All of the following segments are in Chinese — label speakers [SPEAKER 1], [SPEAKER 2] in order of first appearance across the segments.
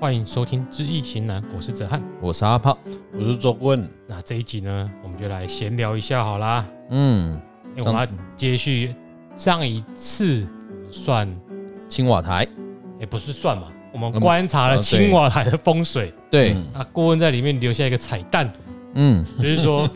[SPEAKER 1] 欢迎收听《知易行难》，我是哲翰。
[SPEAKER 2] 我是阿炮。
[SPEAKER 3] 我是周棍，
[SPEAKER 1] 那这一集呢，我们就来闲聊一下好啦。
[SPEAKER 2] 嗯，
[SPEAKER 1] 因为我
[SPEAKER 2] 上
[SPEAKER 1] 们要接续上一次我们算，
[SPEAKER 2] 青瓦台，
[SPEAKER 1] 也不是算嘛，我们
[SPEAKER 2] 嗯
[SPEAKER 1] 观察了
[SPEAKER 2] 哦对
[SPEAKER 1] 青瓦台的风水。
[SPEAKER 2] 对，
[SPEAKER 3] 嗯
[SPEAKER 1] 啊，顾问在里面留下一个彩蛋，
[SPEAKER 2] 嗯，
[SPEAKER 1] 就是 说，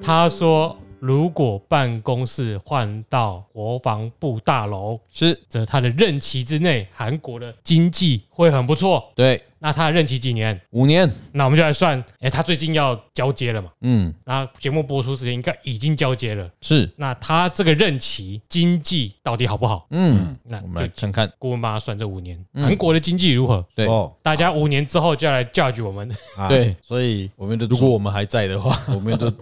[SPEAKER 1] 他说如果办公室换到国防部大楼，
[SPEAKER 2] 是，
[SPEAKER 1] 则他的任期之内，韩国的经济会很不错。
[SPEAKER 2] 对，
[SPEAKER 1] 那他的任期几年？
[SPEAKER 2] 五年，
[SPEAKER 1] 那我们就来算，哎、他最近要交接了嘛？
[SPEAKER 2] 嗯，
[SPEAKER 1] 那节目播出时间应该已经交接了。
[SPEAKER 2] 是，
[SPEAKER 1] 那他这个任期经济到底好不好？
[SPEAKER 2] 嗯，
[SPEAKER 1] 那
[SPEAKER 2] 我们来
[SPEAKER 1] 就
[SPEAKER 2] 看看，
[SPEAKER 1] 顾问帮他算这五年，
[SPEAKER 2] 嗯
[SPEAKER 1] 韩国的经济如何？
[SPEAKER 2] 对
[SPEAKER 3] 哦，
[SPEAKER 1] 大家五年之后就要来 judge 我们。
[SPEAKER 3] 啊
[SPEAKER 2] 对，
[SPEAKER 3] 所以我们的
[SPEAKER 2] 如果我们还在的话，
[SPEAKER 3] 我们 的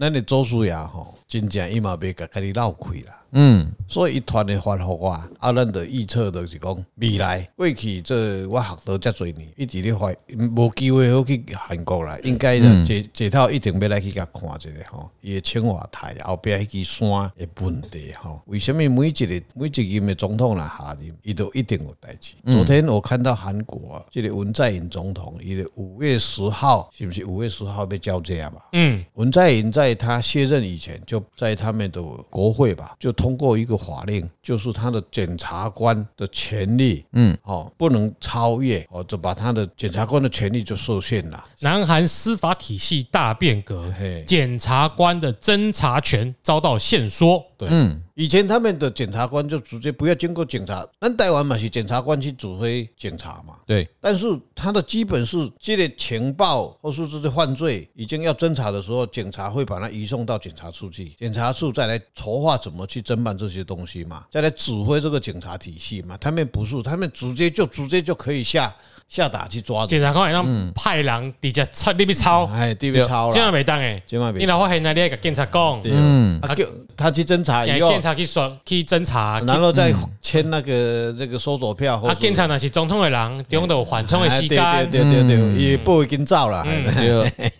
[SPEAKER 3] 咱的周叔牙吼，真正伊嘛别甲家己闹开啦。
[SPEAKER 2] 嗯，
[SPEAKER 3] 所以一团的发福啊，啊，咱的预测就是讲未来过去这我学到遮侪年，一直咧怀无机会好去韩国啦，应该啦，这这套一定要来去甲看一下吼，伊的青瓦台后壁迄支山的问题吼，为什么每一个每一任的总统啦下任，伊都一定有代志。昨天我看到韩国啊，这个文在寅总统，伊的五月十号是不是五月十号被交接啊嘛？
[SPEAKER 1] 嗯，
[SPEAKER 3] 文在寅在他卸任以前，就在他们的国会吧，就通过一个法令，就是他的检察官的权利，嗯，哦，不能超越，哦，就把他的检察官的权利就受限了。
[SPEAKER 1] 南韩司法体系大变革
[SPEAKER 3] 嘿，
[SPEAKER 1] 检察官的侦查权遭到限缩。
[SPEAKER 3] 对，以前他们的检察官就直接不要经过警察，咱台湾嘛是检察官去指挥警察嘛，
[SPEAKER 2] 对，
[SPEAKER 3] 但是他的基本是这类情报或是这些犯罪已经要侦查的时候，警察会把它移送到警察处去，警察处再来筹划怎么去侦办这些东西嘛，再来指挥这个警察体系嘛。他们不是，他们直接就直接就可以下下打去抓人，
[SPEAKER 1] 检察官
[SPEAKER 3] 嗯
[SPEAKER 1] 让派人底下抄那边抄，
[SPEAKER 3] 哎，地位超
[SPEAKER 1] 哦这样
[SPEAKER 3] 了，
[SPEAKER 1] 袂当诶。
[SPEAKER 3] 这样不可以
[SPEAKER 1] 你老发现那你个检察讲，
[SPEAKER 3] 嗯，啊叫他去侦查以
[SPEAKER 1] 给
[SPEAKER 3] 后，
[SPEAKER 1] 检哎察去说去侦查，
[SPEAKER 3] 然后再签那个这个搜索票或
[SPEAKER 1] 啊，
[SPEAKER 3] 者
[SPEAKER 1] 检察那是总统的人，中都有缓冲的
[SPEAKER 3] 哎
[SPEAKER 1] 时
[SPEAKER 3] 对
[SPEAKER 1] 间。
[SPEAKER 3] 对对对对，也不会跟照了。
[SPEAKER 1] 嗯
[SPEAKER 2] 对，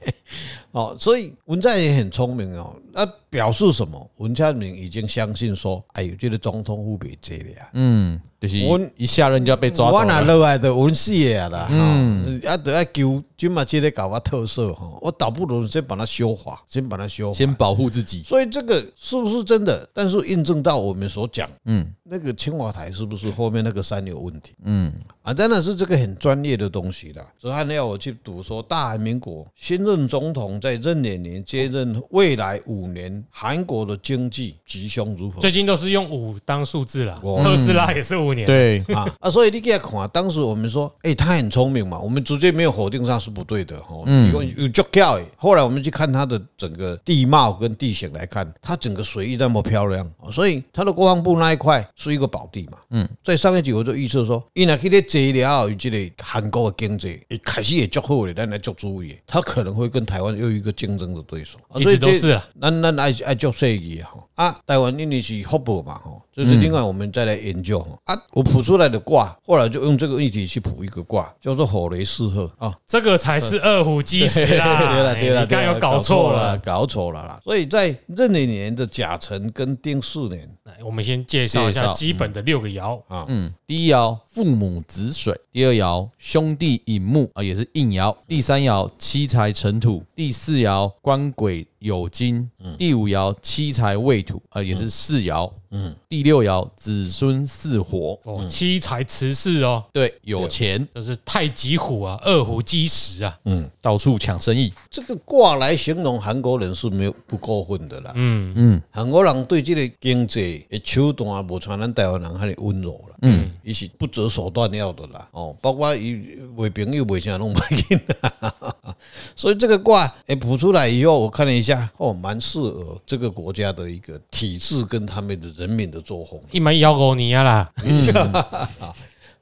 [SPEAKER 3] 哦，所以文在寅很聪明哦，那表示什么？文在寅已经相信说，哎呦，这个总统府别这里啊，
[SPEAKER 2] 嗯，就是
[SPEAKER 3] 我
[SPEAKER 2] 一下任就要被抓走
[SPEAKER 3] 我哪
[SPEAKER 2] 了，
[SPEAKER 3] 落来的文事啊啦，嗯，啊，得要求，今嘛这个搞我特色哈，我倒不如先把它修法，先把它修法。
[SPEAKER 2] 先保护自己，
[SPEAKER 3] 所以这个是不是真的？但是印证到我们所讲，嗯，那个青瓦台是不是后面那个山有问题？
[SPEAKER 2] 嗯，
[SPEAKER 3] 啊，当然是这个很专业的东西啦。泽汉要我去赌说，大韩民国新任总统在任内年接任未来五年韩国的经济吉凶如何
[SPEAKER 1] 最近都是用五当数字了，
[SPEAKER 3] 哦哇
[SPEAKER 1] 特斯拉也是五年。
[SPEAKER 2] 对，
[SPEAKER 3] 啊啊！所以你给他看，当时我们说，哎、他很聪明嘛，我们直接没有否定他是不对的哦，
[SPEAKER 1] 嗯
[SPEAKER 3] 有有就教。后来我们去看他的整个地貌跟地形来看，它整个水域那么漂亮，哦所以它的国防部那一块是一个宝地嘛。嗯，在上一集我就预测说，伊若去咧坐了，有这个韩国的经济，一开始也较好咧，咱来做注意，他可能会跟台湾又一个竞争的对手，啊
[SPEAKER 1] 一
[SPEAKER 3] 所以
[SPEAKER 1] 直都
[SPEAKER 3] 这
[SPEAKER 1] 是啊
[SPEAKER 3] 咱咱爱爱做设计吼，啊，台湾因为是福报嘛吼，这
[SPEAKER 1] 嗯
[SPEAKER 3] 是另外我们再来研究吼啊。我谱出来的卦，后来就用这个议题去谱一个卦，叫做火雷四合啊。
[SPEAKER 1] 这个才是二虎基石啦。哎你刚有搞错了。
[SPEAKER 3] 搞错了啦。所以在壬寅年的甲辰跟丁巳年
[SPEAKER 1] 来我们先介绍一
[SPEAKER 2] 介
[SPEAKER 1] 下
[SPEAKER 2] 绍
[SPEAKER 1] 基本的六个爻。
[SPEAKER 3] 啊，
[SPEAKER 2] 嗯，第一爻父母子水，第二爻兄弟引木啊，也是应爻，第三爻七财成土，第四爻官鬼酉金，第五爻七财未土啊，也是四爻，嗯，第六爻子孙巳火，
[SPEAKER 1] 哦，七财持世哦，
[SPEAKER 2] 对，有钱
[SPEAKER 1] 就是太极虎啊，二虎基石啊。
[SPEAKER 2] 到处抢生意，
[SPEAKER 3] 这个卦来形容韩国人是没有不过分的啦。嗯嗯，韩国人对这个经济的手段无像咱台湾人遐尼温柔啦。嗯，伊是不择手段要的啦。哦，包括伊为朋友为啥拢袂紧啦。 所以这个卦诶谱出来以后，我看了一下，哦，蛮适合这个国家的一个体制跟他们的人民的作风。
[SPEAKER 1] 一枚摇狗尼啊啦，
[SPEAKER 3] 嗯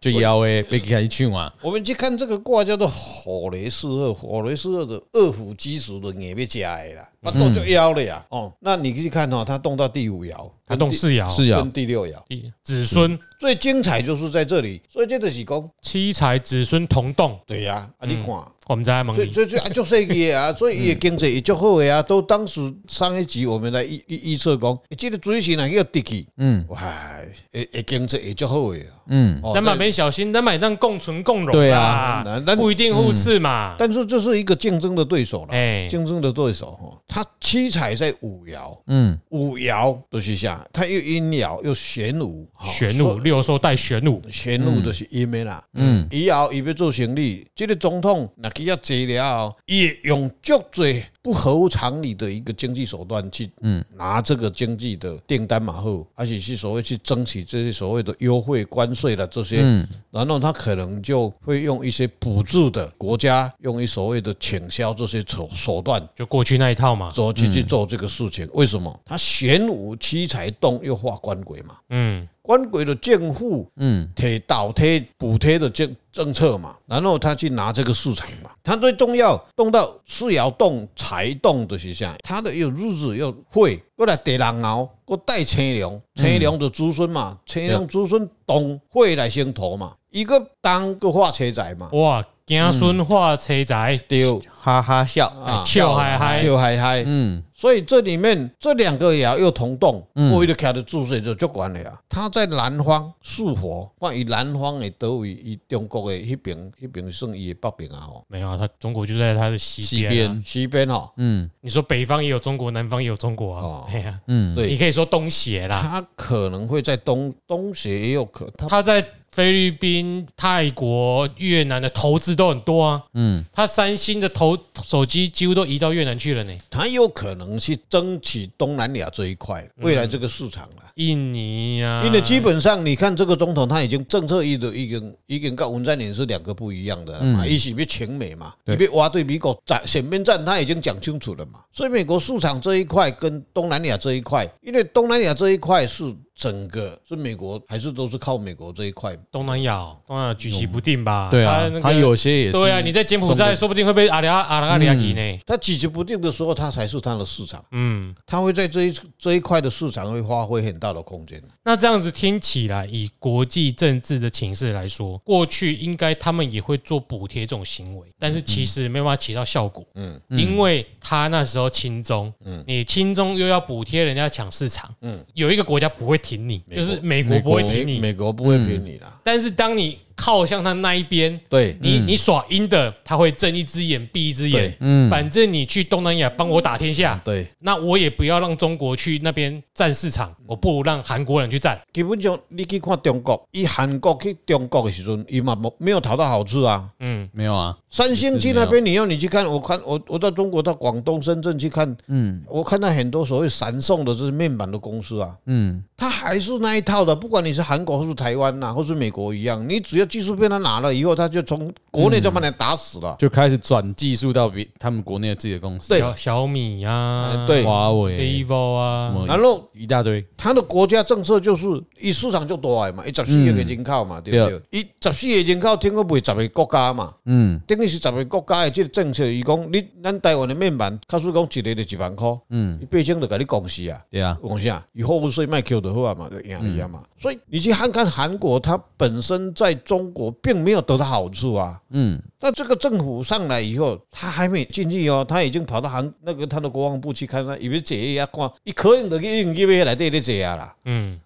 [SPEAKER 2] 就要诶被开去嘛，
[SPEAKER 3] 我们去
[SPEAKER 2] 嗯
[SPEAKER 3] 看这个卦叫做火雷四合，火雷四合的二虎基石的也被加的啦。八动就幺了呀。哦，那你去看哦，他动到第五爻，
[SPEAKER 1] 他动四爻，
[SPEAKER 2] 是啊
[SPEAKER 3] 跟，第六爻，
[SPEAKER 1] 第子孙
[SPEAKER 3] 最精彩就是在这里。所以这就是讲，
[SPEAKER 1] 七财子孙同动，
[SPEAKER 3] 对呀，啊，你看。
[SPEAKER 2] 嗯
[SPEAKER 1] 我们在蒙
[SPEAKER 3] 所以
[SPEAKER 1] 里
[SPEAKER 3] 所以所以啊，就这 个啊，所以伊的经济也足好的啊。都当时上一集我们来预预预测讲，欸这个水是哪个跌去，
[SPEAKER 2] 嗯
[SPEAKER 3] 哇，诶诶，经济也足好的啊。
[SPEAKER 2] 嗯，
[SPEAKER 3] 哦
[SPEAKER 1] 咱嘛免小心，咱买让共存共荣
[SPEAKER 2] 对
[SPEAKER 1] 啦
[SPEAKER 2] 啊
[SPEAKER 3] 那那
[SPEAKER 1] 不一定互斥嘛。
[SPEAKER 3] 但是这是一个竞争的对手了，
[SPEAKER 1] 哎，
[SPEAKER 3] 竞争的对手哈，他七彩在五爻，
[SPEAKER 2] 嗯，
[SPEAKER 3] 五爻都是下，他又阴爻又玄武，哦
[SPEAKER 1] 玄
[SPEAKER 3] 所
[SPEAKER 1] 武
[SPEAKER 3] 以
[SPEAKER 1] 六兽带玄武，
[SPEAKER 3] 玄武就是阴的啦。
[SPEAKER 2] 嗯，
[SPEAKER 3] 以后伊要做生意，这个总统若去要坐了后，伊会用足多不合常理的一个经济手段去，
[SPEAKER 2] 嗯
[SPEAKER 3] 拿这个经济的订单嘛后，而且是所谓去争取这些所谓的优惠、关税的这些，
[SPEAKER 2] 嗯
[SPEAKER 3] 然后他可能就会用一些补助的国家，用一所谓的倾销这些手手段。
[SPEAKER 1] 就过去那一套嘛。
[SPEAKER 3] 走去去做这个事情，为什么？他玄武七彩动又化官鬼嘛，
[SPEAKER 1] 嗯，
[SPEAKER 3] 官鬼的政府
[SPEAKER 2] 嗯，
[SPEAKER 3] 贴倒贴补贴的政政策嘛，然后他去拿这个市场嘛，他最重要动到四爻动财动的是啥？他的又日子又会过来得人熬，过带青龙，青龙的子孙嘛，青龙子孙动会来先头嘛，一个当个化车仔嘛，
[SPEAKER 1] 哇，子孙化车宅，
[SPEAKER 2] 嗯
[SPEAKER 3] 对
[SPEAKER 2] 哈哈笑，
[SPEAKER 3] 啊，
[SPEAKER 1] 笑嗨嗨
[SPEAKER 3] 笑嗨嗨，
[SPEAKER 2] 嗯
[SPEAKER 3] 所以这里面这两个爻又同动，
[SPEAKER 2] 嗯
[SPEAKER 3] 我一就卡的注水就足管了呀。他在南方属火，关于南方的德位，伊中国的迄边，迄边算伊的北边啊吼，
[SPEAKER 1] 没有啊，他中国就在他的西
[SPEAKER 2] 西
[SPEAKER 1] 边啊。
[SPEAKER 2] 边，
[SPEAKER 3] 西边吼，
[SPEAKER 2] 嗯
[SPEAKER 1] 你说北方也有中国，南方也有中国啊
[SPEAKER 3] 哦。
[SPEAKER 1] 哎呀，
[SPEAKER 2] 嗯，
[SPEAKER 1] 你
[SPEAKER 3] 对，
[SPEAKER 1] 可以说东协啦，
[SPEAKER 3] 他可能会在东东协也有可，他
[SPEAKER 1] 他在菲律宾、泰国、越南的投资都很多啊。
[SPEAKER 2] 嗯
[SPEAKER 1] 他三星的投手机几乎都移到越南去了呢，
[SPEAKER 3] 他有可能去争取东南亚这一块未来这个市场了。
[SPEAKER 1] 印尼啊，
[SPEAKER 3] 因为基本上你看这个总统，他已经政策一的已经已经跟文在寅是两个不一样的了嘛，一起被请美嘛，
[SPEAKER 2] 对
[SPEAKER 3] 你被挖对美国战选边站，他已经讲清楚了嘛。所以美国市场这一块跟东南亚这一块，因为东南亚这一块是整个是美国还是都是靠美国这一块，
[SPEAKER 1] 东南亚哦，东南亚举棋不定吧？
[SPEAKER 2] 对啊
[SPEAKER 1] 那，个
[SPEAKER 2] 他有些也是，嗯
[SPEAKER 1] 对啊，你在柬埔寨说不定会被阿里阿阿拉阿里亚吉呢。
[SPEAKER 3] 他举棋不定的时候，他才是他的市场，
[SPEAKER 1] 嗯，
[SPEAKER 3] 他会在这一这一块的市场会发挥很大的空间。
[SPEAKER 1] 那这样子听起来，以国际政治的情势来说，过去应该他们也会做补贴这种行为，但是其实没有办法起到效果。嗯，因为他那时候亲中，嗯，你亲中又要补贴人家抢市场，嗯，有一个国家不会挺你，就是美国不会挺
[SPEAKER 3] 美
[SPEAKER 1] 你。
[SPEAKER 3] 美国不会骗你啦，
[SPEAKER 1] 但是当你靠向他那一边，
[SPEAKER 3] 对
[SPEAKER 1] 你你耍阴的，他会睁一只眼闭一只眼
[SPEAKER 3] 对。
[SPEAKER 2] 嗯
[SPEAKER 1] 反正你去东南亚帮我打天下，
[SPEAKER 3] 对。
[SPEAKER 1] 那我也不要让中国去那边占市场，我不如让韩国人去占。
[SPEAKER 3] 基本上你去看中国，伊韩国去中国的时阵，伊嘛没没有讨到好处啊。
[SPEAKER 1] 嗯，
[SPEAKER 2] 没有啊，
[SPEAKER 3] 三星去那边，你要你去看，我看我我到中国到广东深圳去看，
[SPEAKER 2] 嗯
[SPEAKER 3] 我看到很多所谓闪送的这是面板的公司啊，
[SPEAKER 2] 嗯
[SPEAKER 3] 它还是那一套的，不管你是韩国或是台湾呐、啊或是美国一样，你只要技术被他拿了以后，他就从国内就把你打死了。
[SPEAKER 2] 就开始转技术到别他们国内的自己的公司，
[SPEAKER 3] 对
[SPEAKER 1] 小小米啊，
[SPEAKER 3] 哎对
[SPEAKER 2] 华为
[SPEAKER 1] ，vivo
[SPEAKER 2] 什
[SPEAKER 1] 啊，
[SPEAKER 2] 么
[SPEAKER 3] 然后
[SPEAKER 2] 一大堆，
[SPEAKER 3] 他的国家政策就是以市场就多哎嘛，一十四亿的人口嘛，对不对？伊十四亿人口，听过卖十个国家嘛。
[SPEAKER 2] 嗯
[SPEAKER 3] 等于是十个国家的即个政策，伊讲你咱台湾的面板，假使讲一个就一万块，
[SPEAKER 2] 嗯，
[SPEAKER 3] 伊八千就甲你讲死啊，
[SPEAKER 2] 对啊，
[SPEAKER 3] 讲啥？以后税卖扣就好啊嘛，就赢你啊嘛。所以你去看看韩国，它本身在中国并没有得到好处啊。
[SPEAKER 2] 嗯
[SPEAKER 3] 但这个政府上来以后，他还没进去哦，他已经跑到韩那个他的国防部去看了，以为这样看，伊可能就去应急来这里这样啦。
[SPEAKER 1] 嗯，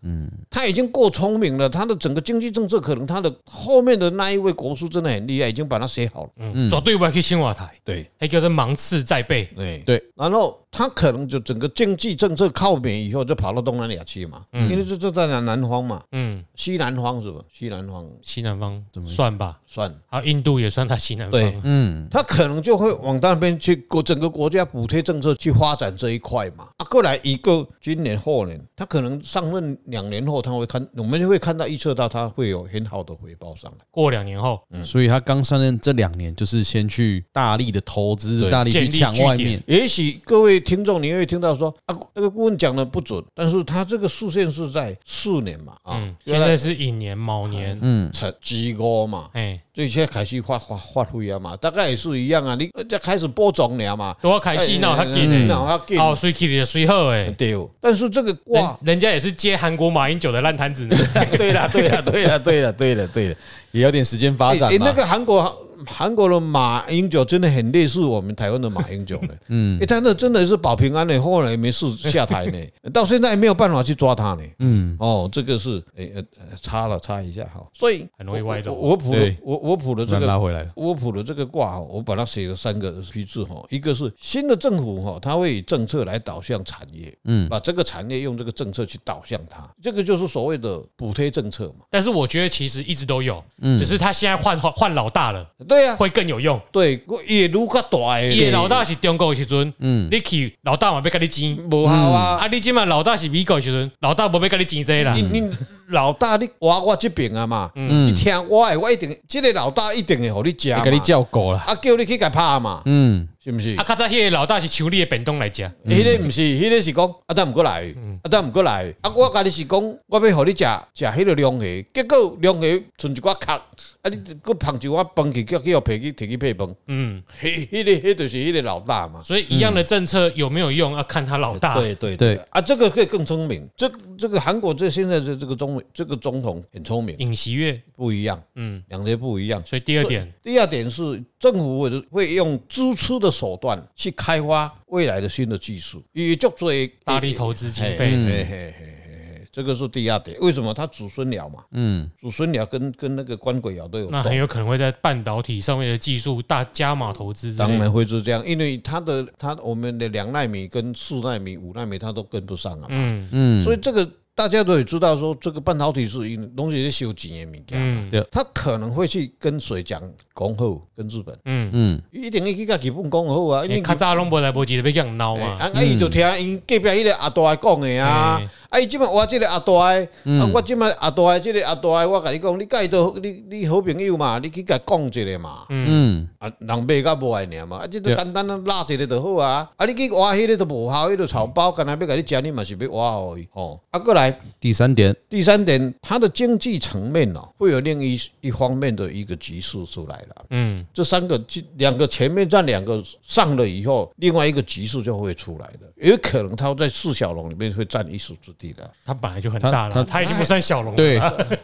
[SPEAKER 3] 他已经够聪明了，他的整个经济政策可能他的后面的那一位国书真的很厉害，已经把它写好了。
[SPEAKER 1] 嗯绝对不要去新华台，
[SPEAKER 3] 对。
[SPEAKER 1] 还叫做芒刺在背。
[SPEAKER 3] 对
[SPEAKER 2] 对，
[SPEAKER 3] 然后他可能就整个经济政策靠美以后，就跑到东南亚去嘛，因为这这在南南方嘛，
[SPEAKER 1] 嗯，
[SPEAKER 3] 西南方是吧？西南方
[SPEAKER 1] 西南方算吧，
[SPEAKER 3] 算，
[SPEAKER 1] 还有印度也算他西南方
[SPEAKER 3] 对
[SPEAKER 1] 啊。
[SPEAKER 2] 嗯
[SPEAKER 3] 他可能就会往那边去国整个国家补贴政策去发展这一块嘛。啊，过来一个今年后年，他可能上任两年后，他会看，我们就会看到预测到他会有很好的回报上来。
[SPEAKER 1] 过两年后，
[SPEAKER 3] 嗯
[SPEAKER 2] 所以他刚上任这两年，就是先去大力的投资，
[SPEAKER 3] 对
[SPEAKER 2] 大力去抢外
[SPEAKER 1] 建立据
[SPEAKER 2] 面，
[SPEAKER 3] 也许各位听众你会听到说啊，那个顾问讲的不准，但是他这个数线是在四年嘛啊
[SPEAKER 1] 嗯，，
[SPEAKER 3] 原
[SPEAKER 1] 现
[SPEAKER 3] 来
[SPEAKER 1] 在是寅年卯年，
[SPEAKER 2] 嗯，
[SPEAKER 3] 成鸡窝嘛，
[SPEAKER 1] 哎，
[SPEAKER 3] 所以现在开始发发发挥啊嘛，大概也是一样啊，你才开始播种了嘛，哎嗯
[SPEAKER 1] 都要开戏闹他给的，
[SPEAKER 3] 闹他紧
[SPEAKER 1] 哦，水起的水好哎，
[SPEAKER 3] 对哦，但是这个
[SPEAKER 1] 人
[SPEAKER 3] 挂，
[SPEAKER 1] 人家也是接韩国马英九的烂摊 子呢，
[SPEAKER 3] 对了，对了，对了，对了，对了，对了。
[SPEAKER 2] 也要点时间发
[SPEAKER 3] 哎
[SPEAKER 2] 展
[SPEAKER 3] 哎
[SPEAKER 2] 嘛
[SPEAKER 3] 那。个韩国韩国的马英九真的很类似我们台湾的马英九呢。 嗯，他那真的是保平安呢，后来没事下台 呢，到现在也没有办法去抓他呢。嗯，哦，这个是哎呃呃插了插一下哈，所以
[SPEAKER 1] 很容易歪
[SPEAKER 3] 我
[SPEAKER 1] 楼。
[SPEAKER 3] 我谱的
[SPEAKER 2] 对
[SPEAKER 3] 我我谱的这
[SPEAKER 2] 慢慢
[SPEAKER 3] 个
[SPEAKER 2] 拉回来了，
[SPEAKER 3] 我谱的这个卦哈，我把它写了三个批字哈，一个是新的政府哈，它会以政策来导向产业，嗯，把这个产业用这个政策去导向它，这个就是所谓的补贴政策嘛。
[SPEAKER 1] 但是我觉得其实一直都有，只是他现在换换换老大了，
[SPEAKER 3] 对呀、啊，
[SPEAKER 1] 会更有用。
[SPEAKER 3] 对，也如果大的
[SPEAKER 1] 叶老大是中国的时阵，
[SPEAKER 2] 嗯
[SPEAKER 1] 你去老大嘛要跟你争，
[SPEAKER 3] 无效啊！
[SPEAKER 1] 啊，你今嘛老大是美国的时阵，老大无要跟你争这个啦
[SPEAKER 3] 你。你老大，你挖我这边啊嘛，
[SPEAKER 2] 嗯
[SPEAKER 3] 你听我的，我一定，这个老大一定会互你食
[SPEAKER 2] 要给你叫狗了。
[SPEAKER 3] 啊叫你去甲拍嘛，
[SPEAKER 2] 嗯，
[SPEAKER 3] 是不是？
[SPEAKER 1] 啊，较早迄个老大是抢你的便当来食，
[SPEAKER 3] 迄个毋是，迄个是讲啊，咱毋过来，
[SPEAKER 1] 嗯
[SPEAKER 3] 啊，咱毋过来，啊，我甲你是讲，我要互你食食迄个龙虾，结果龙虾剩一寡壳，啊，你佫捧一碗饭去，叫去互摕去摕去配饭，
[SPEAKER 1] 嗯，
[SPEAKER 3] 迄迄个迄就是迄个老大嘛。
[SPEAKER 1] 所以一样的政策有没有用，要看他老大。
[SPEAKER 3] 对对
[SPEAKER 2] 对
[SPEAKER 3] 啊，这个会更聪明。这这个韩国这现在这这个中这个总统很聪明，
[SPEAKER 1] 尹锡悦，
[SPEAKER 3] 不一样，
[SPEAKER 1] 嗯，
[SPEAKER 3] 两个不一样。
[SPEAKER 1] 所以第二点，
[SPEAKER 3] 第二点是政府会会用支出的手段去开发未来的新的技术，也足做
[SPEAKER 1] 大力投资经
[SPEAKER 3] 嘿
[SPEAKER 1] 费，嗯
[SPEAKER 3] 嘿嘿嘿嘿嘿，这个是第二点。为什么他子孙鸟嘛？嗯，子孙鸟跟跟那个官鬼鸟都有
[SPEAKER 1] 那很
[SPEAKER 3] 动。
[SPEAKER 1] 有可能会在半导体上面的技术大加码投资之
[SPEAKER 3] 当
[SPEAKER 1] 类的。
[SPEAKER 3] 然会是这样，因为它的它我们的两纳米跟四纳米、五纳米它都跟不上啊。
[SPEAKER 1] 嗯
[SPEAKER 3] 所以这个大家都也知道，说这个半导体是因东西是修钱的物件，
[SPEAKER 1] 嗯
[SPEAKER 3] 它可能会去跟谁讲讲好，跟日本
[SPEAKER 1] 嗯，哎
[SPEAKER 3] 一定会去跟日本讲好啊，因为
[SPEAKER 1] 你较早拢无来无及的要人闹
[SPEAKER 3] 哎
[SPEAKER 1] 嘛。
[SPEAKER 3] 啊，啊，伊就听因隔壁迄个阿大讲的啊
[SPEAKER 1] 哎，
[SPEAKER 3] 啊，伊即摆我即个阿大的，啊，我即摆阿大的，即个阿大的，我甲你讲，你甲伊都你你好朋友嘛，你去甲讲一个嘛，
[SPEAKER 2] 嗯，
[SPEAKER 3] 啊，人买甲无爱尔嘛，啊，即都
[SPEAKER 2] 对
[SPEAKER 3] 简单啊，拉一个就好啊，啊，你去挖迄个都无效，迄个草包，干若要甲你食，你嘛是要挖互伊，吼，啊，过来。
[SPEAKER 2] 第三点，
[SPEAKER 3] 第三点，它的经济层面呢、会有另一一方面的一个级数出来了。
[SPEAKER 1] 嗯，
[SPEAKER 3] 这三个这两个前面占两个上了以后，另外一个级数就会出来的，也有可能它在四小龙里面会占一席之地的。
[SPEAKER 1] 他本来就很大
[SPEAKER 2] 他他
[SPEAKER 1] 了，他已经不算小龙了。
[SPEAKER 2] 对，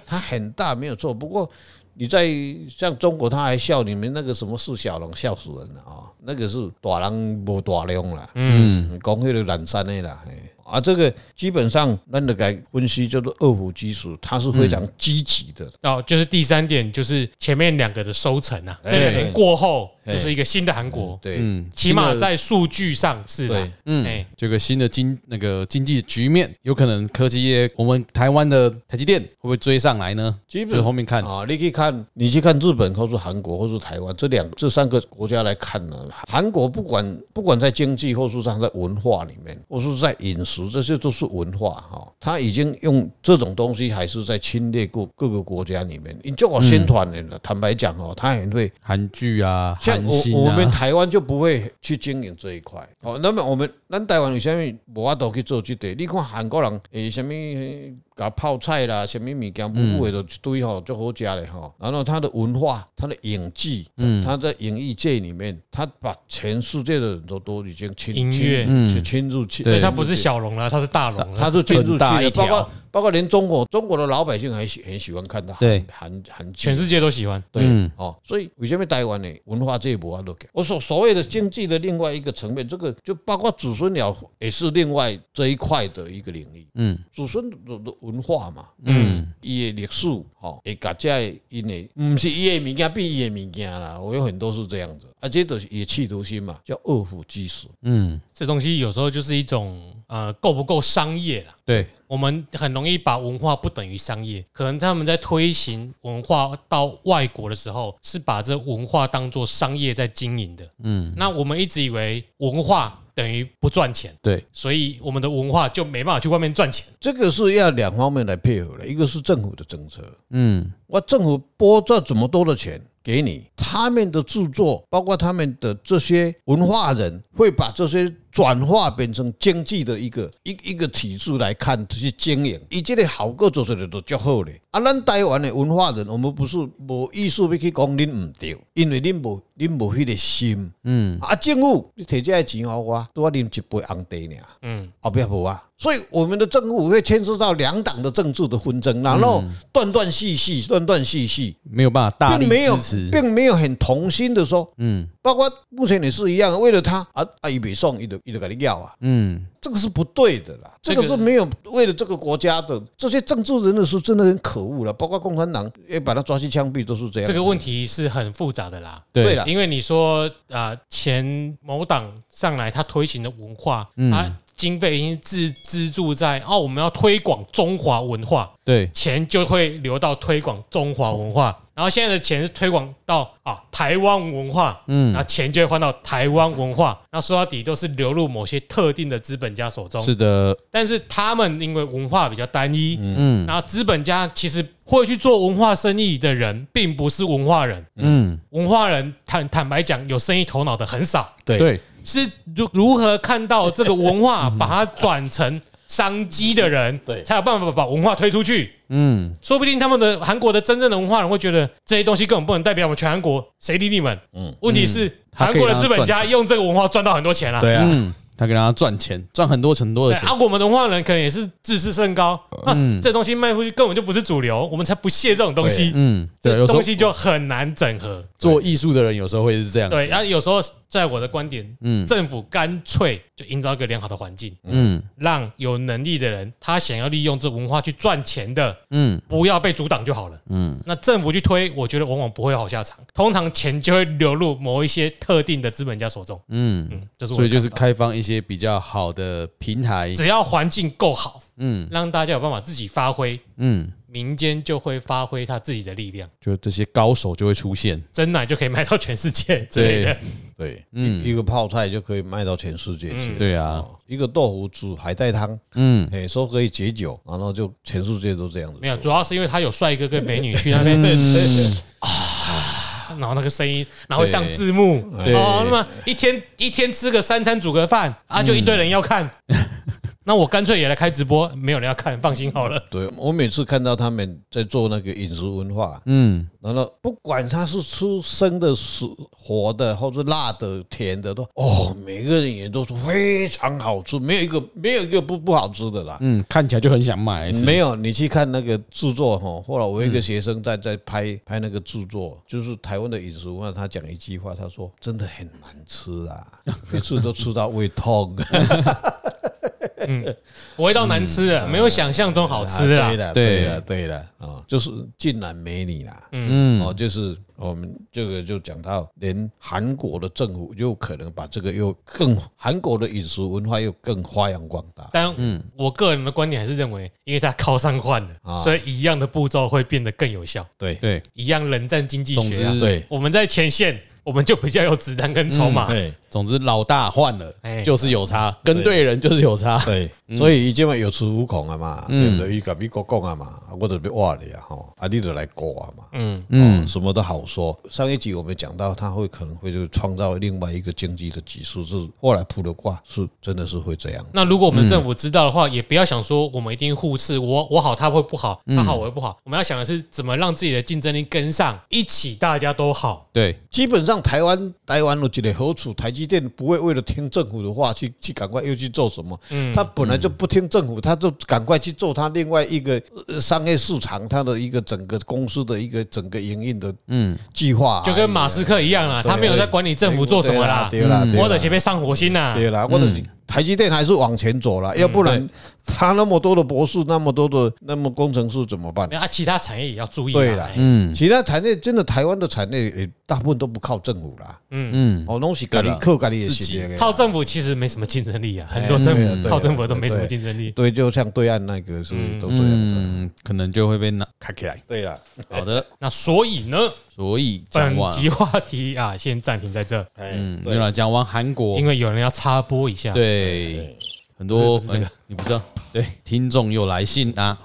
[SPEAKER 3] 它很大没有错，不过你在像中国，他还笑你们那个什么四小龙，笑死人了啊、那个是大人无大量啦，嗯，讲迄个懒散的啦。嘿啊，这个基本上，咱的该分析叫做二胡基础，它是非常积极的，
[SPEAKER 1] 哦，就是第三点，就是前面两个的收成啊，
[SPEAKER 3] 哎
[SPEAKER 1] 这两个过后就是一个新的韩国，
[SPEAKER 3] 对，
[SPEAKER 1] 起码在数据上是
[SPEAKER 3] 对
[SPEAKER 1] 的。嗯，哎，
[SPEAKER 2] 这个新的经那个经济局面，有可能科技业，我们台湾的台积电会不会追上来呢？
[SPEAKER 3] 基本
[SPEAKER 2] 就后面看，
[SPEAKER 3] 啊，你去看，你去看日本或是韩国或是台湾这两这三个国家来看呢，韩国不管不管在经济或是上在文化里面，或是在饮食，这些都是文化哈、他已经用这种东西还是在侵略各各个国家里面。你就我宣传的了，坦白讲哦，他很会
[SPEAKER 2] 韩剧啊，
[SPEAKER 3] 像
[SPEAKER 2] 韩星
[SPEAKER 3] 我我们
[SPEAKER 2] 啊，
[SPEAKER 3] 台湾就不会去经营这一块。哦，那么我们咱台湾有啥物无法度去做这块？你看韩国人诶，什么搞泡菜啦，什么物件不会的一堆吼，就好食嘞吼。然后他的文化，他的演技，
[SPEAKER 2] 嗯
[SPEAKER 3] 他在演艺界里面，他把全世界的人都都已经侵
[SPEAKER 1] 音乐
[SPEAKER 3] 侵侵侵入去，
[SPEAKER 1] 所以
[SPEAKER 2] 嗯对
[SPEAKER 1] 他不是小龙了，他是大龙
[SPEAKER 3] 他
[SPEAKER 1] 了。
[SPEAKER 3] 就进入
[SPEAKER 2] 很
[SPEAKER 3] 去
[SPEAKER 2] 大
[SPEAKER 3] 了，
[SPEAKER 2] 一条
[SPEAKER 3] 包括包括连中国中国的老百姓还喜很喜欢看他
[SPEAKER 2] 对
[SPEAKER 3] 韩韩剧
[SPEAKER 1] 全世界都喜欢，
[SPEAKER 3] 对，
[SPEAKER 2] 嗯
[SPEAKER 3] 哦，所以为什么台湾呢文化这一波啊都给我所所谓的经济的另外一个层面，这个就包括子孙鸟也是另外这一块的一个领域。
[SPEAKER 2] 嗯，
[SPEAKER 3] 子孙的的文化嘛，
[SPEAKER 1] 嗯，
[SPEAKER 3] 伊的历史吼，会甲这因的，不是伊的物件比伊的物件啦，我有很多是这样子，啊，这都是伊的企图心嘛，叫二虎基石。
[SPEAKER 2] 嗯，
[SPEAKER 1] 这东西有时候就是一种呃够不够商业啦。
[SPEAKER 2] 对，
[SPEAKER 1] 我们很容易把文化不等于商业，可能他们在推行文化到外国的时候，是把这文化当做商业在经营的。嗯，那我们一直以为文化等于不赚钱，
[SPEAKER 2] 对，
[SPEAKER 1] 所以我们的文化就没办法去外面赚钱。
[SPEAKER 3] 这个是要两方面来配合的，一个是政府的政策，
[SPEAKER 2] 嗯，
[SPEAKER 3] 我政府拨这怎么多的钱，给你，他们的著作，包括他们的这些文化人，会把这些转化变成经济的一个一一个体制来看去经营。伊这个效果做出来都足好咧。啊，咱台湾的文化人，我们不是无意思要去讲恁毋对，因为恁无恁无迄个心。嗯，啊，政府你摕这个钱互我，拄啊啉一杯红茶尔。嗯，后壁无啊。所以我们的政府会牵涉到两党的政治的纷争，然后断断续续、断断续续，
[SPEAKER 2] 没有办法大力
[SPEAKER 3] 并没有
[SPEAKER 2] 支持，
[SPEAKER 3] 并没有很同心的说，嗯，包括目前也是一样，为了他啊啊，一北送，一就一就给你要啊，
[SPEAKER 2] 嗯，
[SPEAKER 3] 这个是不对的啦，
[SPEAKER 1] 这
[SPEAKER 3] 这
[SPEAKER 1] 个
[SPEAKER 3] 个是没有为了这个国家的这些政治人的时候真的很可恶了，包括共产党也把他抓去枪毙都是这样。
[SPEAKER 1] 这个问题是很复杂的啦。
[SPEAKER 3] 对
[SPEAKER 2] 对
[SPEAKER 3] 了，
[SPEAKER 1] 因为你说啊、呃前某党上来他推行的文化，他经费已经自资助在哦，我们要推广中华文化，
[SPEAKER 2] 对，
[SPEAKER 1] 钱就会流到推广中华文化。然后现在的钱是推广到啊台湾文化，嗯，那钱就会换到台湾文化。那说到底都是流入某些特定的资本家手中。
[SPEAKER 2] 是的，
[SPEAKER 1] 但是他们因为文化比较单一，嗯，然后资本家其实会去做文化生意的人，并不是文化人，
[SPEAKER 2] 嗯，
[SPEAKER 1] 文化人坦坦白讲，有生意头脑的很少，
[SPEAKER 3] 对
[SPEAKER 2] 对，
[SPEAKER 1] 是如如何看到这个文化，把它转成商机的人，
[SPEAKER 3] 对
[SPEAKER 1] 才有办法把文化推出去。
[SPEAKER 2] 嗯，
[SPEAKER 1] 说不定他们的韩国的真正的文化人会觉得这些东西根本不能代表我们全韩国，谁理你们？嗯，问题是
[SPEAKER 2] 他
[SPEAKER 1] 韩
[SPEAKER 2] 可以
[SPEAKER 1] 国的
[SPEAKER 2] 让
[SPEAKER 1] 资
[SPEAKER 2] 他
[SPEAKER 1] 本
[SPEAKER 2] 赚
[SPEAKER 1] 家用这个文化赚到很多钱啊。
[SPEAKER 3] 对啊，
[SPEAKER 2] 嗯，他给大家赚钱，赚很多很多
[SPEAKER 1] 对
[SPEAKER 2] 的钱
[SPEAKER 1] 啊，，我们的文化人可能也是自视甚高，啊
[SPEAKER 2] 嗯
[SPEAKER 1] 这东西卖出去根本就不是主流，我们才不屑这种东西，
[SPEAKER 2] 嗯，对，
[SPEAKER 1] 这
[SPEAKER 2] 有时候嗯
[SPEAKER 1] 东西就很难整合。
[SPEAKER 2] 做艺术的人有时候会是这样，
[SPEAKER 1] 对，然啊后有时候在我的观点，嗯，政府干脆就营造一个良好的环境，
[SPEAKER 2] 嗯
[SPEAKER 1] 让有能力的人，他想要利用这文化去赚钱的，
[SPEAKER 2] 嗯，
[SPEAKER 1] 不要被阻挡就好了。嗯，那政府去推，我觉得往往不会有好下场，通常钱就会流入某一些特定的资本家手中。
[SPEAKER 2] 嗯，
[SPEAKER 1] 嗯，这是我的
[SPEAKER 2] 所以就是
[SPEAKER 1] 看法
[SPEAKER 2] 开放一些比较好的平台，
[SPEAKER 1] 只要环境够好，
[SPEAKER 2] 嗯
[SPEAKER 1] 让大家有办法自己发挥，
[SPEAKER 2] 嗯，
[SPEAKER 1] 民间就会发挥他自己的力量，
[SPEAKER 2] 就这些高手就会出现，
[SPEAKER 1] 真奶就可以卖到全世界之类的。
[SPEAKER 3] 对，
[SPEAKER 2] 嗯
[SPEAKER 3] 一个泡菜就可以卖到全世界去，
[SPEAKER 1] 嗯
[SPEAKER 2] 对啊，
[SPEAKER 3] 哦，一个豆腐煮海带汤，
[SPEAKER 2] 嗯，
[SPEAKER 3] 哎，说可以解酒，然后就全世界都这样子。
[SPEAKER 1] 没有，主要是因为他有帅哥跟美女去那边，
[SPEAKER 3] 嗯
[SPEAKER 1] 啊然后那个声音，然后会上字幕，
[SPEAKER 2] 对
[SPEAKER 1] 哦，那么一天一天吃个三餐煮个饭
[SPEAKER 3] 嗯
[SPEAKER 1] 啊，就一堆人要 看。那我干脆也来开直播，没有人要看，放心好了。
[SPEAKER 3] 对，我每次看到他们在做那个饮食文化，
[SPEAKER 2] 嗯，
[SPEAKER 3] 然后不管它是吃生的、是活的，或是辣的、甜的，都哦，每个人也都是非常好吃，没有一个没有一个不不好吃的啦。
[SPEAKER 2] 嗯，看起来就很想买，嗯是
[SPEAKER 3] 没有，你去看那个著作哈。后来我有一个学生在在拍拍那个著作，就是台湾的饮食文化。他讲一句话，他说：“真的很难吃啊，每次都吃到胃痛。
[SPEAKER 1] 味道难吃啊的，没有想象中好吃
[SPEAKER 3] 嗯啊
[SPEAKER 1] 啦
[SPEAKER 3] 对。了，
[SPEAKER 2] 对
[SPEAKER 3] 对了，对了啊，就是竟然没你啦。
[SPEAKER 2] 嗯
[SPEAKER 3] 哦，就是我们这个就讲到，连韩国的政府有可能把这个又更韩国的饮食文化又更发扬光大。
[SPEAKER 1] 但我个人的观点还是认为，因为他靠上换
[SPEAKER 3] 嗯啊
[SPEAKER 1] 了，所以一样的步骤会变得更有效，
[SPEAKER 3] 对
[SPEAKER 2] 对，
[SPEAKER 1] 一样冷战经济
[SPEAKER 2] 总
[SPEAKER 1] 学啊
[SPEAKER 2] 之。
[SPEAKER 3] 对
[SPEAKER 1] 我们在前线，我们就比较有子弹跟筹码。
[SPEAKER 3] 嗯对
[SPEAKER 2] 总之老大换了
[SPEAKER 1] 哎
[SPEAKER 2] 就是有差，跟对人就是有差，
[SPEAKER 3] 对，所以伊即嘛有恃无恐啊嘛，对不对？伊甲美国讲啊嘛，啊我就要挖你啊吼，啊你就来搞啊嘛，
[SPEAKER 1] 嗯
[SPEAKER 3] 嗯，什么都好说。上一集我们讲到，他会可能会就创造另外一个经济的指数，是后来普的卦是真的是会这样。
[SPEAKER 1] 那如果我们政府知道的话，也不要想说我们一定互斥，我我好他会不好，
[SPEAKER 3] 嗯
[SPEAKER 1] 他好我会不好。我们要想的是怎么让自己的竞争力跟上，一起大家都好。
[SPEAKER 2] 对，
[SPEAKER 3] 基本上台湾台湾有一个好处，台积电不会为了听政府的话去去赶快又去做什么，
[SPEAKER 1] 嗯
[SPEAKER 3] 他本来就不听政府，他就赶快去做他另外一个呃商业市场，他的一个整个公司的一个整个营运的嗯计划啊，
[SPEAKER 1] 就跟马斯克一样啦，
[SPEAKER 3] 对
[SPEAKER 1] 他没有在管理政府做什么啦，
[SPEAKER 3] 哎对啊啦，对啦
[SPEAKER 1] 我的前面上火星啊啦。
[SPEAKER 3] 对啦，或者
[SPEAKER 2] 嗯
[SPEAKER 3] 是台积电还是往前走
[SPEAKER 1] 嗯
[SPEAKER 3] 了，要不然他那么多的博士，那么多的那么工程师怎么办？
[SPEAKER 1] 啊，其他产业也要注意
[SPEAKER 3] 对
[SPEAKER 1] 啦
[SPEAKER 3] 啦。
[SPEAKER 1] 哎
[SPEAKER 2] 嗯
[SPEAKER 3] 其他产业真的台湾的产业也大部分都不靠政府啦，
[SPEAKER 2] 嗯，
[SPEAKER 3] 哦，拢是家己
[SPEAKER 2] 对啦
[SPEAKER 3] 靠家己的
[SPEAKER 2] 自己
[SPEAKER 3] 实力的啦。
[SPEAKER 1] 靠政府其实没什么竞争力啊，很多政
[SPEAKER 3] 对啊
[SPEAKER 1] 府
[SPEAKER 3] 对啊
[SPEAKER 1] 靠政府都没什么竞争力。
[SPEAKER 3] 对，就像对岸那个是都这样的。
[SPEAKER 2] 嗯，可能就会被拿卡起来。
[SPEAKER 3] 对啦，
[SPEAKER 2] 好的，
[SPEAKER 1] 那所以呢，
[SPEAKER 2] 所以讲
[SPEAKER 1] 本
[SPEAKER 2] 完，
[SPEAKER 1] 集话题啊，先暂停在这，
[SPEAKER 3] 嗯，
[SPEAKER 2] 嗯，对了，讲完韩国
[SPEAKER 1] 因，为有人要插播一下。
[SPEAKER 2] 对，很多
[SPEAKER 1] 不是不是这个
[SPEAKER 2] 哎你不知道，对，听众又来信啊，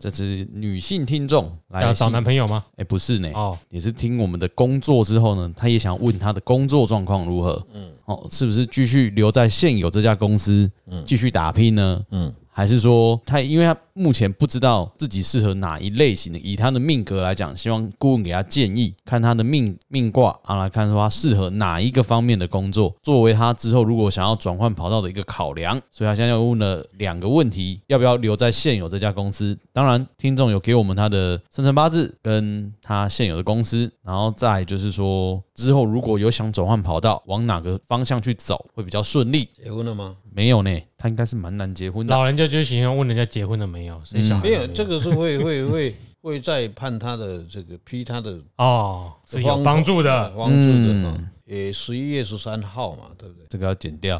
[SPEAKER 2] 这是女性听众来
[SPEAKER 1] 嗯要找
[SPEAKER 2] 信，
[SPEAKER 1] 男朋友吗？
[SPEAKER 2] 哎，不是呢，
[SPEAKER 1] 哦，
[SPEAKER 2] 也是听我们的工作之后呢，他也想问他的工作状况如何，嗯，哦，是不是继续留在现有这家公司，
[SPEAKER 1] 嗯
[SPEAKER 2] 继续打拼呢？嗯，还是说他因为他目前不知道自己适合哪一类型的，以他的命格来讲，希望顾问给他建议，看他的命命卦啊，来看说他适合哪一个方面的工作，作为他之后如果想要转换跑道的一个考量。所以他现在又问了两个问题：要不要留在现有这家公司？当然，听众有给我们他的生辰八字跟他现有的公司，然后再来就是说之后如果有想转换跑道，往哪个方向去走会比较顺利？
[SPEAKER 3] 结婚了吗？
[SPEAKER 2] 没有呢，他应该是蛮难结婚的。
[SPEAKER 1] 老人家就喜欢问人家结婚了没有，生小孩了
[SPEAKER 3] 嗯没有，
[SPEAKER 1] 有
[SPEAKER 3] 这个是会会会会再判他的这个批他的
[SPEAKER 1] 哦，是有
[SPEAKER 3] 方
[SPEAKER 1] 帮助的。
[SPEAKER 3] 帮助的嘛。也十一月十三号嘛，对不对？
[SPEAKER 2] 这个要剪掉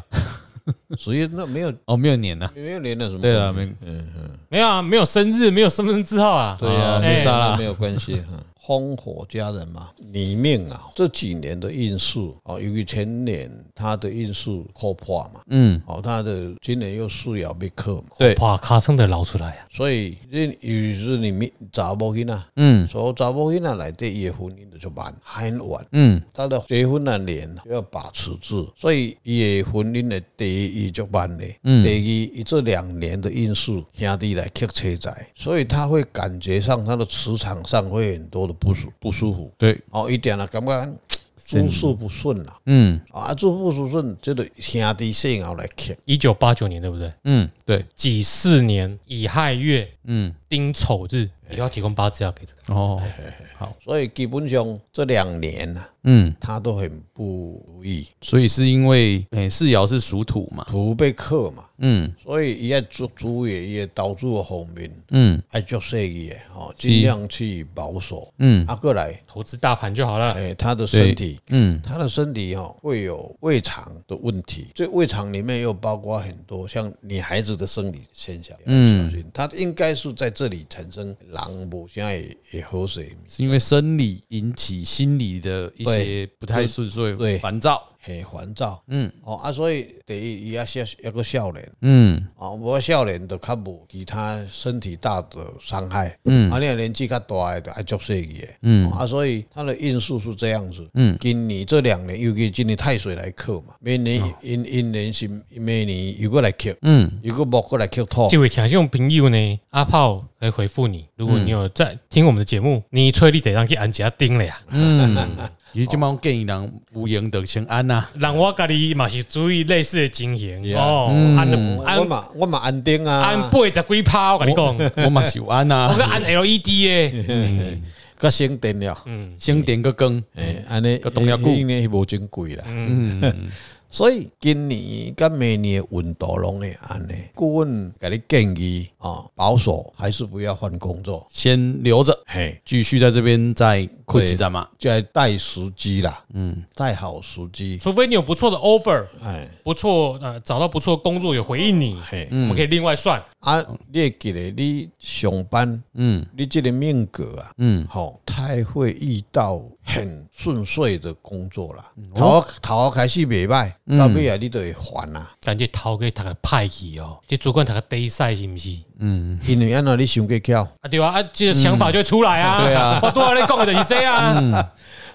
[SPEAKER 3] 十月那没有
[SPEAKER 2] 哦，没有年呢、
[SPEAKER 3] 没有连了什么？
[SPEAKER 2] 对了，没，
[SPEAKER 1] 没有啊，没有生日，没有身份证字号啊。
[SPEAKER 3] 对呀、
[SPEAKER 2] 啊
[SPEAKER 3] 没
[SPEAKER 2] 没
[SPEAKER 3] 有
[SPEAKER 2] 杀啦
[SPEAKER 3] 没有关系哈。烽火佳人嘛，里面啊，这几年的运势啊，由于前年他的运势破破嘛，
[SPEAKER 2] 嗯，
[SPEAKER 3] 哦，他的今年又四爻被克嘛，
[SPEAKER 2] 对，
[SPEAKER 1] 哇，卡上的捞出来啊！
[SPEAKER 3] 所以这于是里面查某囡仔，
[SPEAKER 2] 嗯
[SPEAKER 3] 所以查某囡仔来对伊的婚姻就蛮很晚。
[SPEAKER 2] 嗯，
[SPEAKER 3] 他的结婚那年要把持住，所以伊的婚姻的第一伊就办的，第二伊这两年的因素兄弟来克车仔，所以他会感觉上他的磁场上会很多的不舒不舒服，
[SPEAKER 2] 对，
[SPEAKER 3] 哦，一点啊，感觉诸事不顺啦，
[SPEAKER 2] 嗯
[SPEAKER 3] 啊，诸事不顺，这个兄弟性后来克，
[SPEAKER 1] 一九八九年对不对？
[SPEAKER 2] 嗯，对，
[SPEAKER 1] 己巳年乙亥月
[SPEAKER 2] 嗯，
[SPEAKER 1] 丁丑日，以后提供八字要给这个。
[SPEAKER 2] 哦，
[SPEAKER 3] 所以基本上这两年呢、啊，
[SPEAKER 2] 嗯，
[SPEAKER 3] 他都很不如意，
[SPEAKER 2] 所以是因为诶，四爻是属土嘛，
[SPEAKER 3] 土被克嘛，
[SPEAKER 2] 嗯
[SPEAKER 3] 所以伊要注注意伊的投资的方面。
[SPEAKER 2] 嗯
[SPEAKER 3] 爱做生意的哦，尽量去保守。
[SPEAKER 2] 嗯
[SPEAKER 3] 啊，过来，
[SPEAKER 1] 投资大盘就好了。
[SPEAKER 3] 哎、他的身体，
[SPEAKER 2] 嗯
[SPEAKER 3] 他的身体哦，会有胃肠的问题。这胃肠里面又包括很多像女孩子的生理现象，嗯，小心，他应该是在这里产生狼不现在也也喝水，
[SPEAKER 2] 是因为生理引起心理的一些不太顺遂、
[SPEAKER 3] 对
[SPEAKER 2] 烦躁。
[SPEAKER 3] 很烦躁，嗯，哦啊，所以第一，伊要少一个少年。
[SPEAKER 2] 嗯
[SPEAKER 3] 哦，无少年就较无其他身体大的伤害，嗯，啊，你若年纪较大诶，就爱足细个，嗯，啊，所以他的因素是这样子，嗯，今年这两年，尤其今年太岁来克嘛，明年因因年是明年又过来克，
[SPEAKER 2] 嗯，
[SPEAKER 3] 又过木过来克土，
[SPEAKER 1] 这位听众朋友呢，阿炮可以回复你，如果你有在听我们的节
[SPEAKER 3] 嗯
[SPEAKER 1] 目，你催你得让去按一下钉了呀，
[SPEAKER 2] 嗯，其实这帮建议人无言的先安啊呐、
[SPEAKER 1] 让我家己嘛是注意类似的情形
[SPEAKER 3] Yeah 嗯
[SPEAKER 1] 哦，按了
[SPEAKER 3] 我
[SPEAKER 1] 按
[SPEAKER 3] 嘛我嘛安定
[SPEAKER 1] 按
[SPEAKER 3] 啊，
[SPEAKER 1] 八十几趴，我跟你讲，我
[SPEAKER 2] 我嘛是有安啊呐、
[SPEAKER 1] 跟按 LED 耶，
[SPEAKER 3] 较省电了，
[SPEAKER 2] 先点个更。
[SPEAKER 3] 诶，哎安尼
[SPEAKER 2] 个动力股
[SPEAKER 3] 应该是无真贵啦，
[SPEAKER 2] 嗯，
[SPEAKER 3] 所以今年跟明年的运道拢会安尼，顾问给你建议哦，保守还是不要换工作，
[SPEAKER 2] 先留着，
[SPEAKER 3] 嘿。
[SPEAKER 2] 继续在这边再困几站嘛。
[SPEAKER 3] 在带时机啦，嗯，带好时机，
[SPEAKER 1] 除非你有不错的 offer，
[SPEAKER 3] 哎，
[SPEAKER 1] 不错呃找到不错工作有回应你，
[SPEAKER 3] 嘿，
[SPEAKER 2] 嗯
[SPEAKER 1] 我们可以另外算，
[SPEAKER 3] 啊，你会记得你上班，
[SPEAKER 2] 嗯
[SPEAKER 3] 你这个命格啊，
[SPEAKER 2] 嗯，
[SPEAKER 3] 吼，太会遇到很顺遂的工作啦，
[SPEAKER 2] 嗯
[SPEAKER 3] 头啊头啊开始袂歹，到尾啊你就会烦啦，
[SPEAKER 1] 感觉头给他个派去哦，这主管他个低赛是不是？
[SPEAKER 2] 嗯
[SPEAKER 3] 因为安那你想过巧，
[SPEAKER 1] 啊对啊，啊这个想法就会出来啊，
[SPEAKER 2] 对 啊
[SPEAKER 1] 我多少人讲的就是这样啊。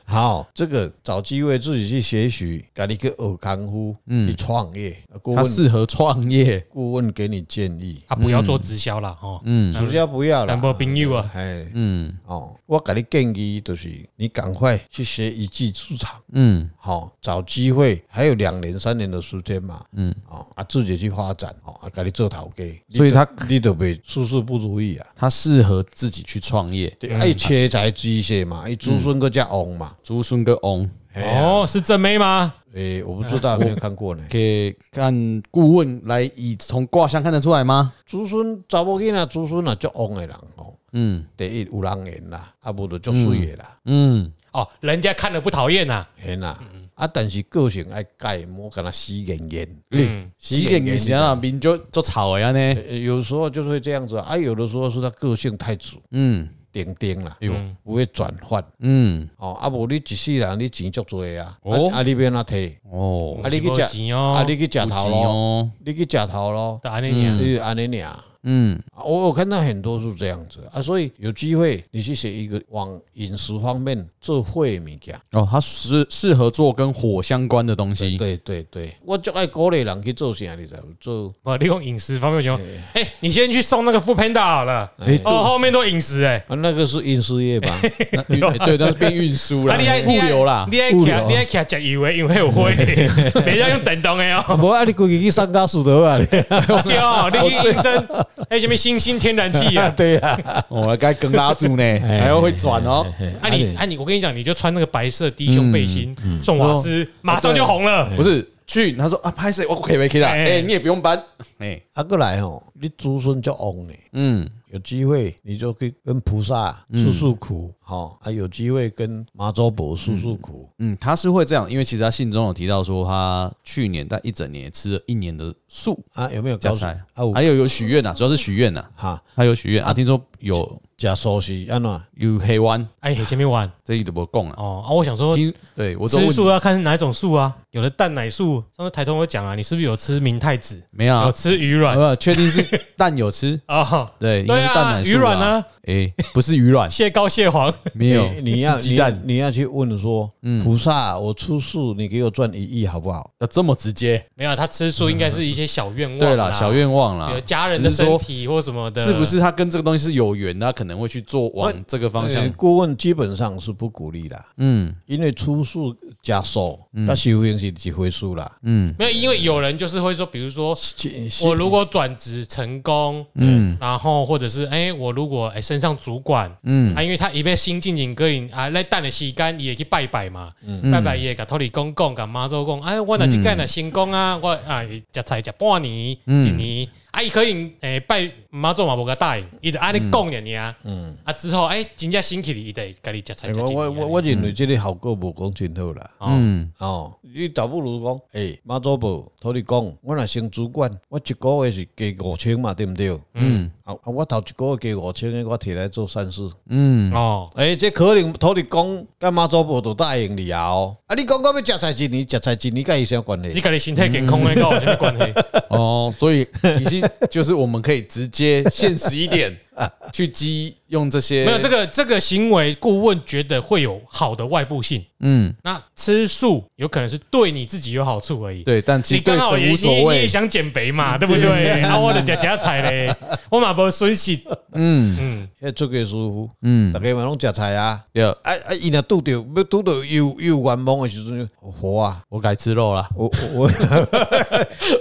[SPEAKER 3] 好，这个找机会自己去学习，家己去学功夫，去创业，顾
[SPEAKER 2] 他
[SPEAKER 3] 问
[SPEAKER 2] 适合创业。
[SPEAKER 3] 顾问给你建议，
[SPEAKER 1] 啊，不要做直销啦，哦，
[SPEAKER 2] 嗯
[SPEAKER 3] 主要不要啦
[SPEAKER 1] 男，波朋友啊，
[SPEAKER 3] 哎，
[SPEAKER 2] 嗯
[SPEAKER 3] 哦，我给你建议就是，你赶快去学一技之长，
[SPEAKER 2] 嗯
[SPEAKER 3] 好、找机会，还有两年、三年的时间嘛，嗯，哦，啊，自己去发展，哦，啊，给你做头家，
[SPEAKER 2] 所以他
[SPEAKER 3] 你都袂事事不如意啊，
[SPEAKER 2] 他适合自己去创业。
[SPEAKER 3] 对，爱切才机械嘛，伊子孙个叫翁嘛，
[SPEAKER 2] 竹孙哥 on
[SPEAKER 1] 哦，是正妹吗？
[SPEAKER 3] 诶、我不知道有没有看过呢，
[SPEAKER 2] 给看顾问来以从卦象看得出来吗？
[SPEAKER 3] 子孙查某囡仔，子孙啊，足翁的人哦，
[SPEAKER 2] 嗯
[SPEAKER 3] 第一有人缘啦，啊，无就足水的啦，
[SPEAKER 2] 嗯
[SPEAKER 1] 哦，人家看了不讨厌呐，
[SPEAKER 3] 嘿、啦，啊，但是个性爱改，莫跟他死硬硬。
[SPEAKER 2] 嗯，洗脸以前啊，面就做草的安尼。
[SPEAKER 3] 呃有时候就是会这样子啊啊，有的时候是他个性太直，
[SPEAKER 2] 嗯
[SPEAKER 3] 顶顶啦，不会转换。
[SPEAKER 2] 嗯
[SPEAKER 3] 哦，啊无你一世人你钱足多啊，啊
[SPEAKER 2] 哦
[SPEAKER 3] 啊你要哪摕？
[SPEAKER 2] 哦，
[SPEAKER 3] 啊你去
[SPEAKER 1] 有钱
[SPEAKER 3] 食，
[SPEAKER 1] 哦
[SPEAKER 3] 啊你去食
[SPEAKER 2] 有
[SPEAKER 3] 头
[SPEAKER 2] 钱
[SPEAKER 3] 咯，
[SPEAKER 2] 哦，
[SPEAKER 3] 你去食头咯，
[SPEAKER 1] 打你娘，
[SPEAKER 3] 你就安尼尔。
[SPEAKER 2] 嗯，
[SPEAKER 3] 啊我我看到很多是这样子啊，所以有机会你去写一个往饮食方面做会物件，
[SPEAKER 2] 哦，它适适合做跟火相关的东西。
[SPEAKER 3] 对对对，我就爱鼓励人去做啥，你知道不？做
[SPEAKER 1] 我利哦用饮食方面，我觉得，哎、你先去送那个副 panda 好了，
[SPEAKER 2] 哎
[SPEAKER 1] 哦，后面都饮食哎、
[SPEAKER 3] 啊那个是饮食业吧？
[SPEAKER 2] 那运哎对，但是变运输啦
[SPEAKER 1] 啊，你爱，
[SPEAKER 2] 物流啦，
[SPEAKER 1] 你爱
[SPEAKER 3] 物
[SPEAKER 1] 徛
[SPEAKER 3] 流
[SPEAKER 1] 你爱徛食油的，因为有 火，人家用电动的哦。
[SPEAKER 3] 无 啊，你估计去上家属的啊？
[SPEAKER 1] 对 哦，你去应征哎，什么新兴天然气啊？
[SPEAKER 3] 对啊，
[SPEAKER 2] 我哦该更拉住呢，还要会转哦。
[SPEAKER 1] 啊你啊你，我跟你讲，你就穿那个白色低
[SPEAKER 2] 嗯
[SPEAKER 1] 胸背心，送瓦
[SPEAKER 2] 哦
[SPEAKER 1] 斯，马上就红了。
[SPEAKER 2] 不是去，他说啊，拍谁？我可以没可以啦？
[SPEAKER 1] 哎
[SPEAKER 2] 哎，你也不用搬。哎，
[SPEAKER 3] 啊过来吼，你子孙就旺呢。
[SPEAKER 2] 嗯，
[SPEAKER 3] 有机会你就可以跟菩萨诉诉苦，好、啊，有机会跟麻州伯诉诉苦，
[SPEAKER 2] 嗯，他是会这样，因为其实他信中有提到说，他去年但一整年也吃了一年的素
[SPEAKER 3] 啊，有没有
[SPEAKER 2] 加
[SPEAKER 3] 高
[SPEAKER 2] 菜
[SPEAKER 3] 产啊？有，
[SPEAKER 2] 还有有许愿呐，主要是许愿呐，
[SPEAKER 3] 哈，
[SPEAKER 2] 他有许愿啊，听说有
[SPEAKER 3] 加寿司安怎？
[SPEAKER 2] 有黑湾，
[SPEAKER 1] 哎，前面玩
[SPEAKER 2] 这一都不供啊。
[SPEAKER 1] 哦啊，我想说。
[SPEAKER 2] 听，对我都
[SPEAKER 1] 吃
[SPEAKER 2] 问
[SPEAKER 1] 素要看哪种素啊，有的蛋奶素，上次台通有讲啊，你是不是有吃明太子，
[SPEAKER 2] 没有
[SPEAKER 1] 有
[SPEAKER 2] 啊，
[SPEAKER 1] 吃鱼卵
[SPEAKER 2] 呃，确定是蛋有吃，
[SPEAKER 1] 啊？
[SPEAKER 2] 对，应 该
[SPEAKER 1] 对
[SPEAKER 2] 是蛋
[SPEAKER 1] 啊，
[SPEAKER 2] 奶素
[SPEAKER 1] 鱼卵呢？
[SPEAKER 2] 哎，不是 鱼卵，
[SPEAKER 1] 蟹膏、蟹 黄，
[SPEAKER 2] 没有，
[SPEAKER 3] 你你 要
[SPEAKER 2] 是鸡
[SPEAKER 3] 你要
[SPEAKER 2] 蛋
[SPEAKER 3] 你要去问说，菩萨，我出世，你给我赚一亿好不好？
[SPEAKER 2] 要这么直接。
[SPEAKER 1] 没有啊，他吃素应该是一些小愿望。
[SPEAKER 2] 对啦，小愿望
[SPEAKER 1] 比
[SPEAKER 2] 啦
[SPEAKER 1] 如，家人的
[SPEAKER 2] 只是
[SPEAKER 1] 身
[SPEAKER 2] 说
[SPEAKER 1] 体或什么的，
[SPEAKER 2] 是不？是他跟这个东西是有缘的，他可能会去做往这个方
[SPEAKER 3] 呃
[SPEAKER 2] 向。
[SPEAKER 3] 顾问基本上是不鼓励的，
[SPEAKER 2] 嗯
[SPEAKER 3] 因为出世加寿，那修行是几回事啦？
[SPEAKER 2] 嗯
[SPEAKER 1] 没有，因为有人就是会说，比如说
[SPEAKER 3] 是是
[SPEAKER 1] 我如果转职成功，
[SPEAKER 2] 嗯
[SPEAKER 1] 然后或者是哎、我如果哎、升上主管。
[SPEAKER 2] 嗯
[SPEAKER 1] 啊，因为他一辈新进景哥林啊，来等的时间也去拜拜嘛，
[SPEAKER 2] 嗯
[SPEAKER 1] 拜拜也甲托你公公甲妈祖公，哎，我若即届若成功啊，我啊食菜食半年、
[SPEAKER 2] 嗯
[SPEAKER 1] 一年，啊，伊可能诶拜妈祖嘛无甲答应，伊就安尼讲尔尔，嗯，啊之后哎，真正兴起哩，伊就会甲你食菜
[SPEAKER 3] 哎
[SPEAKER 1] 食
[SPEAKER 3] 我
[SPEAKER 1] 一
[SPEAKER 3] 我我
[SPEAKER 1] 年。
[SPEAKER 3] 我认为这个效果无讲真好啦。
[SPEAKER 2] 嗯，
[SPEAKER 3] 哦，你倒不如讲，诶、马祖宝，托你讲，我若升主管，我一个月是加五千嘛，对毋对？嗯，啊啊，我头一个月加五千的，我摕来做善事。
[SPEAKER 2] 嗯
[SPEAKER 1] 哦，
[SPEAKER 3] 诶、这可能托你讲，甲马祖宝都答应你啊、哦。啊，你讲我要食菜一年，食菜一年，甲伊啥关
[SPEAKER 1] 你
[SPEAKER 3] 系？
[SPEAKER 1] 甲你身体健康诶，跟我有啥物关系？
[SPEAKER 2] 哦，所以已经就是我们可以直接现实一点 去激用这些，
[SPEAKER 1] 没有这个这个行为，顾问觉得会有好的外部性。
[SPEAKER 2] 嗯
[SPEAKER 1] 那吃素有可能是对你自己有好处而已。
[SPEAKER 2] 对，但其
[SPEAKER 1] 你
[SPEAKER 2] 实对
[SPEAKER 1] 刚好也
[SPEAKER 2] 神无
[SPEAKER 1] 你
[SPEAKER 2] 所
[SPEAKER 1] 你
[SPEAKER 2] 谓
[SPEAKER 1] 也。想减肥嘛，对不对？啊，我的假假菜 嘞，我嘛无损失。
[SPEAKER 2] 嗯
[SPEAKER 1] 嗯，
[SPEAKER 3] 迄出个师傅，
[SPEAKER 2] 嗯，
[SPEAKER 3] 逐个嘛拢食菜啊。
[SPEAKER 2] 对，
[SPEAKER 3] 啊啊，伊若拄着要拄着有有愿望的时阵，活啊！
[SPEAKER 2] 我改吃 肉了。
[SPEAKER 3] 我我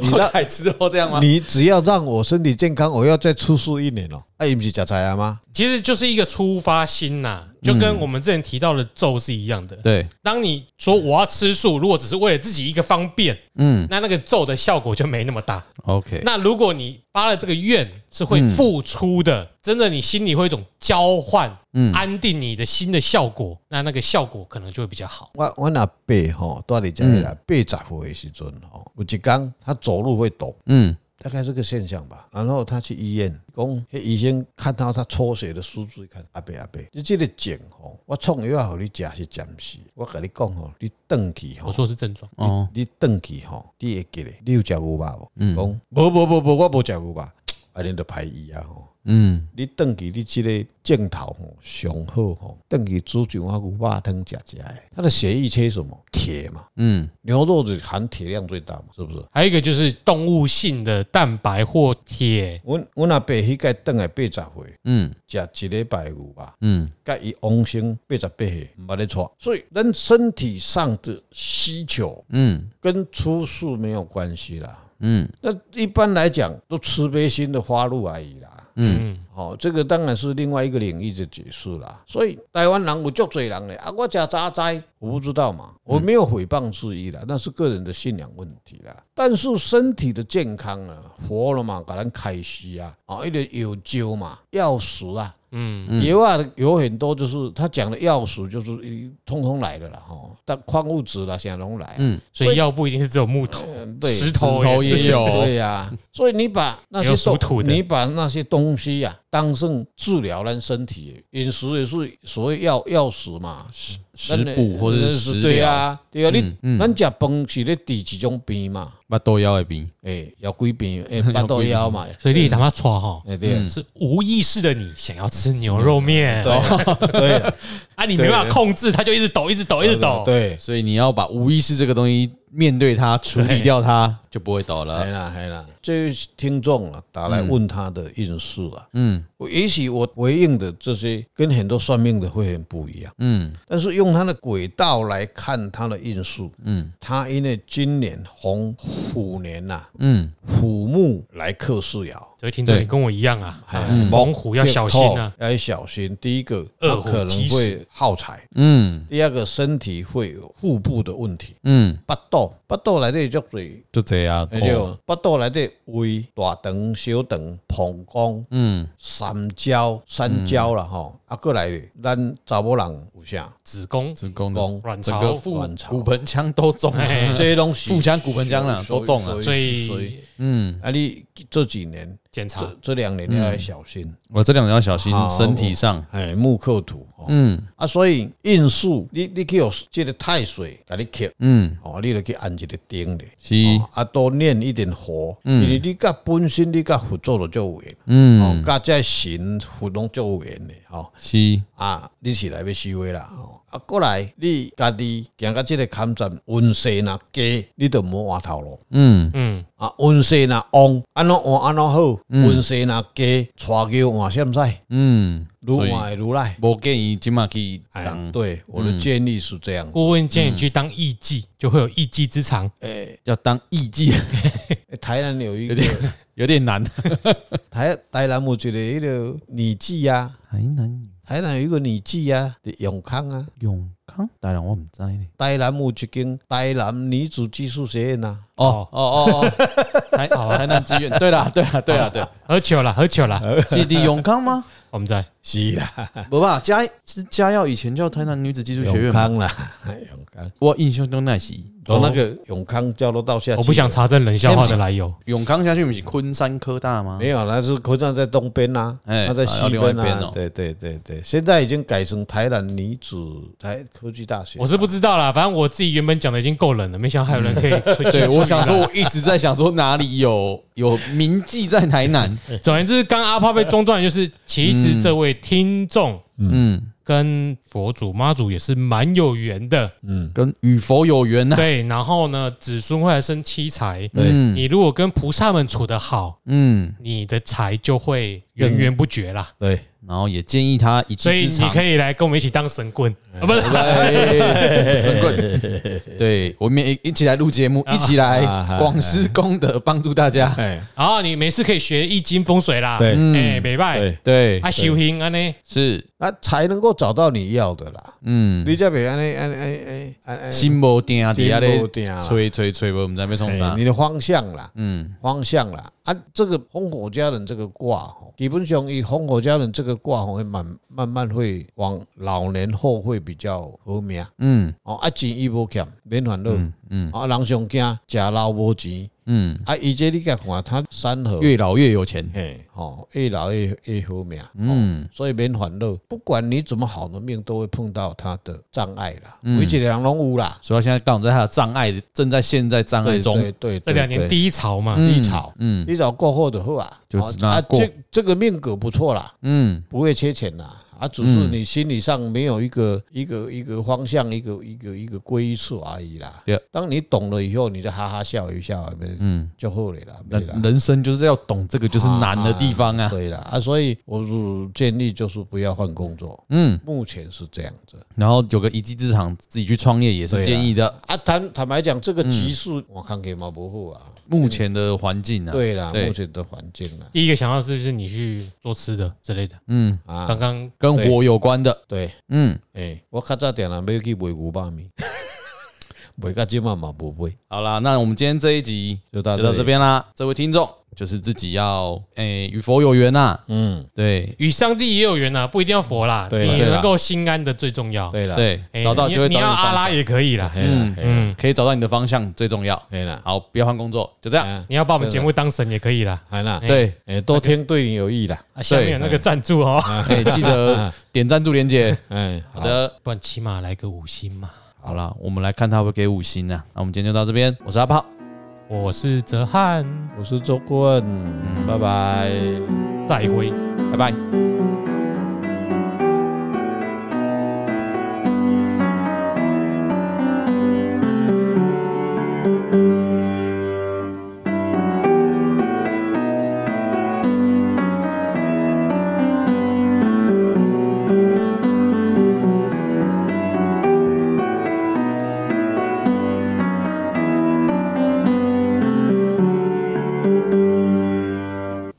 [SPEAKER 2] 你改吃肉这样吗
[SPEAKER 3] 我，？你只要让我身体健康，我要再出世一年咯。啊，伊毋是食菜啊吗？
[SPEAKER 1] 其实就是一个出发心呐、就跟我们之前提到的咒是一样的。
[SPEAKER 2] 对，
[SPEAKER 1] 当你说我要吃素，如果只是为了自己一个方便，
[SPEAKER 2] 嗯
[SPEAKER 1] 那那个咒的效果就没那么大。
[SPEAKER 2] ，OK，
[SPEAKER 1] 那如果你发了这个愿是会付出的，
[SPEAKER 3] 嗯
[SPEAKER 1] 真的你心里会有一种交换，
[SPEAKER 2] 嗯
[SPEAKER 1] 安定你的心的效果，那那个效果可能就会比较好。
[SPEAKER 3] 我我阿伯吼，住伫遮啦，八十岁的时阵吼，有一天他走路会抖，
[SPEAKER 2] 嗯
[SPEAKER 3] 大概这个现象吧。然后他去医院，讲迄医生看到他抽血的数字，看阿伯阿伯，你这个症吼，我创药互你食是暂时，我甲你讲吼，你转去
[SPEAKER 1] 我
[SPEAKER 3] 吼。
[SPEAKER 1] 说的是症状，
[SPEAKER 2] 哦，
[SPEAKER 3] 你转去吼，你会记咧，你有食牛肉无？讲无无无无，我无食牛肉，安尼就排伊啊吼。
[SPEAKER 2] 嗯
[SPEAKER 3] 你转去你即个镜头吼上好吼，转去煮一碗牛肉汤食食的。他的血液缺什么？铁嘛。
[SPEAKER 2] 嗯
[SPEAKER 3] 牛肉的含铁量最大嘛，是不是？
[SPEAKER 1] 还有一个就是动物性的蛋白或铁，
[SPEAKER 3] 阮阮阿伯迄个等来八十岁，
[SPEAKER 2] 嗯
[SPEAKER 3] 食一礼拜牛吧，
[SPEAKER 2] 嗯
[SPEAKER 3] 甲伊往生八十八岁，毋捌咧错。所以人身体上的需求
[SPEAKER 2] 嗯
[SPEAKER 3] 跟出世没有关系啦。
[SPEAKER 2] 嗯
[SPEAKER 3] 那一般来讲，都慈悲心的花路而已啦。
[SPEAKER 1] 嗯，
[SPEAKER 3] 哦，这个当然是另外一个领域的解释啦。所以台湾人有足侪人咧啊，我食杂斋，我不知道嘛，我没有诽谤之意啦，那是个人的信仰问题啦。但是身体的健康啊，活了嘛，给咱开始啊，啊，一点有灸嘛，药食啊，嗯，药啊有很多就是他讲的药食就是一通通来的啦，吼，但矿物质啦，啥拢来啊，
[SPEAKER 2] 嗯，
[SPEAKER 1] 所以药不一定是只有木头，
[SPEAKER 3] 嗯，对，
[SPEAKER 1] 石
[SPEAKER 2] 石
[SPEAKER 1] 头
[SPEAKER 2] 头
[SPEAKER 1] 也
[SPEAKER 2] 也
[SPEAKER 1] 是
[SPEAKER 2] 有
[SPEAKER 3] 对呀、所以你把那
[SPEAKER 1] 也有
[SPEAKER 3] 些
[SPEAKER 1] 属
[SPEAKER 3] 东
[SPEAKER 1] 土的
[SPEAKER 3] 你把那些东西呀、啊当成治疗咱身体的饮食也是所谓药药食嘛，
[SPEAKER 2] 食补或者是食
[SPEAKER 3] 对
[SPEAKER 2] 疗，
[SPEAKER 3] 啊，对啊，你
[SPEAKER 2] 嗯
[SPEAKER 3] 咱食饭是咧治一种病嘛，
[SPEAKER 2] 把豆腰的病，
[SPEAKER 3] 诶，有几病，诶，八道腰嘛，
[SPEAKER 1] 所以你他妈错哈，嗯
[SPEAKER 3] 诶，对
[SPEAKER 2] 嗯
[SPEAKER 3] 啊
[SPEAKER 1] 是无意识的你想要吃牛肉面，对
[SPEAKER 3] 嗯对啊
[SPEAKER 1] 啊，你没办法控制，它就一直抖，一直抖，一直抖。
[SPEAKER 3] 对，
[SPEAKER 2] 所以你要把无意识这个东西面对它，处理掉它，就不会抖
[SPEAKER 3] 系
[SPEAKER 2] 了。
[SPEAKER 3] 啦系啦，这位听众啊打来问他的运势啊，
[SPEAKER 2] 嗯
[SPEAKER 3] 我也许我回应的这些跟很多算命的会很不一样，
[SPEAKER 2] 嗯
[SPEAKER 3] 但是用他的轨道来看他的运势，
[SPEAKER 2] 嗯
[SPEAKER 3] 他因为今年红虎年呐、啊，
[SPEAKER 2] 嗯，
[SPEAKER 3] 虎木来克四爻。
[SPEAKER 1] 所以听众，
[SPEAKER 2] 对
[SPEAKER 1] 你跟我一样啊，
[SPEAKER 3] 哎
[SPEAKER 2] 嗯
[SPEAKER 1] 猛虎要小心啊！，
[SPEAKER 3] 要小心。第一个，
[SPEAKER 1] 饿
[SPEAKER 3] 他
[SPEAKER 1] 虎
[SPEAKER 3] 可
[SPEAKER 1] 即
[SPEAKER 3] 能
[SPEAKER 1] 食
[SPEAKER 3] 会耗财；
[SPEAKER 2] 嗯
[SPEAKER 3] 第二个，身体会有腹部的问题，
[SPEAKER 2] 嗯，
[SPEAKER 3] 八肚八肚内底足侪，
[SPEAKER 2] 就这样。哦
[SPEAKER 3] 那就八肚内底胃、大肠、小肠、膀胱、
[SPEAKER 2] 嗯
[SPEAKER 3] 三焦、三焦啦吼，啊，过来咱查某人有啥？
[SPEAKER 1] 子宫、
[SPEAKER 2] 子宫的
[SPEAKER 3] 宫
[SPEAKER 1] 卵
[SPEAKER 2] 嗯整个
[SPEAKER 1] 巢，
[SPEAKER 2] 腹
[SPEAKER 3] 卵巢
[SPEAKER 2] 骨盆腔都中
[SPEAKER 1] 哎
[SPEAKER 2] 了。
[SPEAKER 3] 这些东西，
[SPEAKER 2] 腹腔骨盆腔啦
[SPEAKER 3] 所以
[SPEAKER 2] 都中了
[SPEAKER 1] 所
[SPEAKER 3] 所以
[SPEAKER 1] 以
[SPEAKER 2] 嗯，
[SPEAKER 3] 啊，你这几年
[SPEAKER 1] 检查
[SPEAKER 3] 这这两年要小心，
[SPEAKER 2] 我这两个要小心
[SPEAKER 3] 好
[SPEAKER 2] 身体上。
[SPEAKER 3] 哎，木克土哦
[SPEAKER 2] 嗯
[SPEAKER 3] 啊，所以运数你你去有这个太岁给你克。
[SPEAKER 2] 嗯，
[SPEAKER 3] 哦，你就去按一个钉咧，
[SPEAKER 2] 是
[SPEAKER 3] 哦啊多念一点佛，因为你甲本身你甲佛做了就有缘，哦
[SPEAKER 2] 嗯，
[SPEAKER 3] 甲这神佛拢就有缘的，哦
[SPEAKER 2] 是
[SPEAKER 3] 啊，你是来要修的啦，哦啊过来你家己行到这个坎站运势若低，你就无换头路。
[SPEAKER 2] 嗯
[SPEAKER 1] 嗯，
[SPEAKER 3] 啊，运势若旺，安怎换安怎好，运势若低，带球换闪赛，
[SPEAKER 2] 嗯，
[SPEAKER 3] 愈换愈来。
[SPEAKER 2] 我建议今晚去
[SPEAKER 3] 哎，
[SPEAKER 2] 当
[SPEAKER 3] 对，我的建议是
[SPEAKER 2] 嗯
[SPEAKER 3] 这样子。
[SPEAKER 1] 顾问建议你去当艺妓，就会有一技之长。
[SPEAKER 2] 要当艺妓，
[SPEAKER 3] 欸台南有一个
[SPEAKER 2] 有点难。
[SPEAKER 3] 台台南有一个迄个女妓啊，
[SPEAKER 2] 台南
[SPEAKER 3] 台南有一个女妓啊，伫永康啊，
[SPEAKER 2] 永康，当然我唔知呢。
[SPEAKER 3] 台南有一间台南女子技术学院啊，
[SPEAKER 2] 哦哦哦，哦台台南妓院。对啦对啦对啦对啦，
[SPEAKER 1] 喝酒啦，喝酒啦，
[SPEAKER 2] 是的永康吗？
[SPEAKER 1] 我们在
[SPEAKER 3] 是啦，
[SPEAKER 2] 不吧，嘉是嘉耀以前叫台南女子技术学
[SPEAKER 3] 永
[SPEAKER 2] 院吗，
[SPEAKER 3] 康啦，永康，
[SPEAKER 2] 我印象中那是
[SPEAKER 3] 从那个永康交流道下去，啊
[SPEAKER 1] 哦我不想查证冷笑话的来由。
[SPEAKER 2] 永康下去不是昆山科大吗？
[SPEAKER 3] 没有，那是客站在东边呐、啊，
[SPEAKER 2] 哎
[SPEAKER 3] 那在西边
[SPEAKER 2] 还有另外一边
[SPEAKER 3] 啊
[SPEAKER 2] 哦，
[SPEAKER 3] 对对对对，现在已经改成台南女子台科技大学，
[SPEAKER 1] 我是不知道啦，反正我自己原本讲的已经够冷了，没想到还有人可以吹。
[SPEAKER 2] 对，我想说，我一直在想说哪里有有名记在台南。
[SPEAKER 1] 总而言之，刚刚阿炮被中断，就是其实这位听众
[SPEAKER 2] 嗯，
[SPEAKER 1] 跟佛祖、妈祖也是蛮有缘的。
[SPEAKER 2] 跟与佛有缘呐、啊
[SPEAKER 1] 对，然后呢，子孙会来生七财。
[SPEAKER 2] 嗯
[SPEAKER 1] 你如果跟菩萨们处得好，
[SPEAKER 2] 嗯，
[SPEAKER 1] 你的财就会源源不绝啦。
[SPEAKER 3] 对，
[SPEAKER 2] 然后也建议他一技
[SPEAKER 1] 所以
[SPEAKER 2] 嗯之
[SPEAKER 1] 你
[SPEAKER 2] 长。
[SPEAKER 1] 可以来跟我们一起当神棍，啊，不是
[SPEAKER 2] 哎神棍， 对我们也一起来录节目，一起来广施功德，帮助大家。
[SPEAKER 3] 哎，
[SPEAKER 1] 然啊后你没事可以学易经风水啦，
[SPEAKER 3] 对嗯
[SPEAKER 1] 哎，北拜
[SPEAKER 3] 对，
[SPEAKER 2] 对
[SPEAKER 1] 啊，，修行啊呢，
[SPEAKER 2] 是，
[SPEAKER 3] 那才能够找到你要的啦，
[SPEAKER 2] 嗯，
[SPEAKER 3] 你这边安尼安尼安尼安尼安尼
[SPEAKER 2] 心无定啊，底下
[SPEAKER 3] 心
[SPEAKER 2] 咧
[SPEAKER 3] 无定啊
[SPEAKER 2] 吹吹吹，我们在被冲
[SPEAKER 3] 哎
[SPEAKER 2] 啥？
[SPEAKER 3] 你的方向啦，
[SPEAKER 2] 嗯
[SPEAKER 3] 方向啦啊，这个烽火家人这个卦吼，基本上以烽火家人这个卦吼，会慢慢慢会往老年后会比较好命
[SPEAKER 2] 嗯
[SPEAKER 3] 哦。啊，钱伊无欠，免烦恼。
[SPEAKER 2] 嗯
[SPEAKER 3] 啊，人上惊食老无钱，
[SPEAKER 2] 嗯，
[SPEAKER 3] 啊，伊这你甲看他三合，
[SPEAKER 2] 越老越有钱。
[SPEAKER 3] 嘿，吼，越老越越好命，
[SPEAKER 2] 嗯
[SPEAKER 3] 所以免烦恼。不管你怎么好的命，都会碰到他的障碍啦。
[SPEAKER 2] 嗯
[SPEAKER 3] 每一个人拢有啦，
[SPEAKER 2] 所以他现在刚好在他的障碍，正在陷在障碍
[SPEAKER 3] 对
[SPEAKER 2] 中
[SPEAKER 3] 对。对，
[SPEAKER 1] 这两年
[SPEAKER 3] 低
[SPEAKER 1] 低潮嘛，
[SPEAKER 2] 嗯
[SPEAKER 3] 低潮，
[SPEAKER 2] 嗯
[SPEAKER 3] 低潮过后的后啊，
[SPEAKER 2] 就
[SPEAKER 3] 哦
[SPEAKER 2] 知道
[SPEAKER 3] 啊，
[SPEAKER 2] 过
[SPEAKER 3] 这这个命格不错啦。
[SPEAKER 2] 嗯
[SPEAKER 3] 不会缺钱啦，啊，只是你心理上没有一个一个一个方向，一个一个一个归宿而已啦。
[SPEAKER 2] 对
[SPEAKER 3] 当你懂了以后，你就哈哈笑一笑，
[SPEAKER 2] 嗯，
[SPEAKER 3] 就后来啦，对啦
[SPEAKER 2] 人，人生就是要懂这个，就是难的地方啊。
[SPEAKER 3] 对啦啊，所以我是建议就是不要换工作，
[SPEAKER 2] 嗯，
[SPEAKER 3] 目前是这样子
[SPEAKER 2] 然后有个一技之长，自己去创业也是建议的。
[SPEAKER 3] 啊。坦坦白讲，这
[SPEAKER 2] 嗯
[SPEAKER 3] 个级数我看给毛不好啊，
[SPEAKER 2] 目前的环境啊，
[SPEAKER 3] 对啦，
[SPEAKER 2] 嗯对
[SPEAKER 3] 目前的环境啦，
[SPEAKER 1] 第一个想到的是就是你去做吃的之类的，
[SPEAKER 2] 嗯，
[SPEAKER 1] 刚
[SPEAKER 3] 啊，
[SPEAKER 1] 刚
[SPEAKER 2] 跟火有关的，
[SPEAKER 3] 对，
[SPEAKER 2] 嗯，
[SPEAKER 3] 诶，我较早定人要去卖牛 肉面，卖到即嘛嘛无卖，
[SPEAKER 2] 好啦，那我们今天这一集
[SPEAKER 3] 就
[SPEAKER 2] 就
[SPEAKER 3] 到
[SPEAKER 2] 到这
[SPEAKER 3] 里。
[SPEAKER 2] 边啦，这位听众，就是自己要诶与、佛有缘呐、
[SPEAKER 3] 嗯，
[SPEAKER 2] 对
[SPEAKER 1] 与上帝也有缘呐、啊不一定要佛啦，
[SPEAKER 3] 对啦
[SPEAKER 1] 你能够心安的最重要。
[SPEAKER 3] 对啦，
[SPEAKER 2] 对，
[SPEAKER 1] 哎
[SPEAKER 2] 找到
[SPEAKER 1] 你
[SPEAKER 2] 就会
[SPEAKER 1] 你
[SPEAKER 2] 找
[SPEAKER 1] 要
[SPEAKER 2] 到你的
[SPEAKER 1] 阿
[SPEAKER 2] 方
[SPEAKER 1] 拉
[SPEAKER 2] 向，
[SPEAKER 1] 也可以啦。
[SPEAKER 3] 嘿啦，嗯
[SPEAKER 1] 嗯，
[SPEAKER 2] 可以找到你的方向最重要。
[SPEAKER 3] 嘿啦，
[SPEAKER 2] 好，不要换工作，就这样。
[SPEAKER 3] 嗯
[SPEAKER 1] 你要把我们节目当神也可以啦。
[SPEAKER 3] 嘿啦，
[SPEAKER 2] 对，
[SPEAKER 3] 哎，多听对嗯你有益啦，
[SPEAKER 1] 嗯
[SPEAKER 2] 嗯
[SPEAKER 1] 啊，下面有那个赞助哦，
[SPEAKER 2] 哎、记 得点赞助连接。
[SPEAKER 3] 哎，
[SPEAKER 2] 好的，
[SPEAKER 1] 不然起码来个五星嘛。
[SPEAKER 2] 好了，我们来看他会不会给五星啊。那我们今天就到这边，我是阿炮，
[SPEAKER 1] 我是泽汉，
[SPEAKER 2] 嗯
[SPEAKER 3] 我是周棍，拜拜。
[SPEAKER 1] 再会。
[SPEAKER 2] 拜拜。
[SPEAKER 3] 拜拜。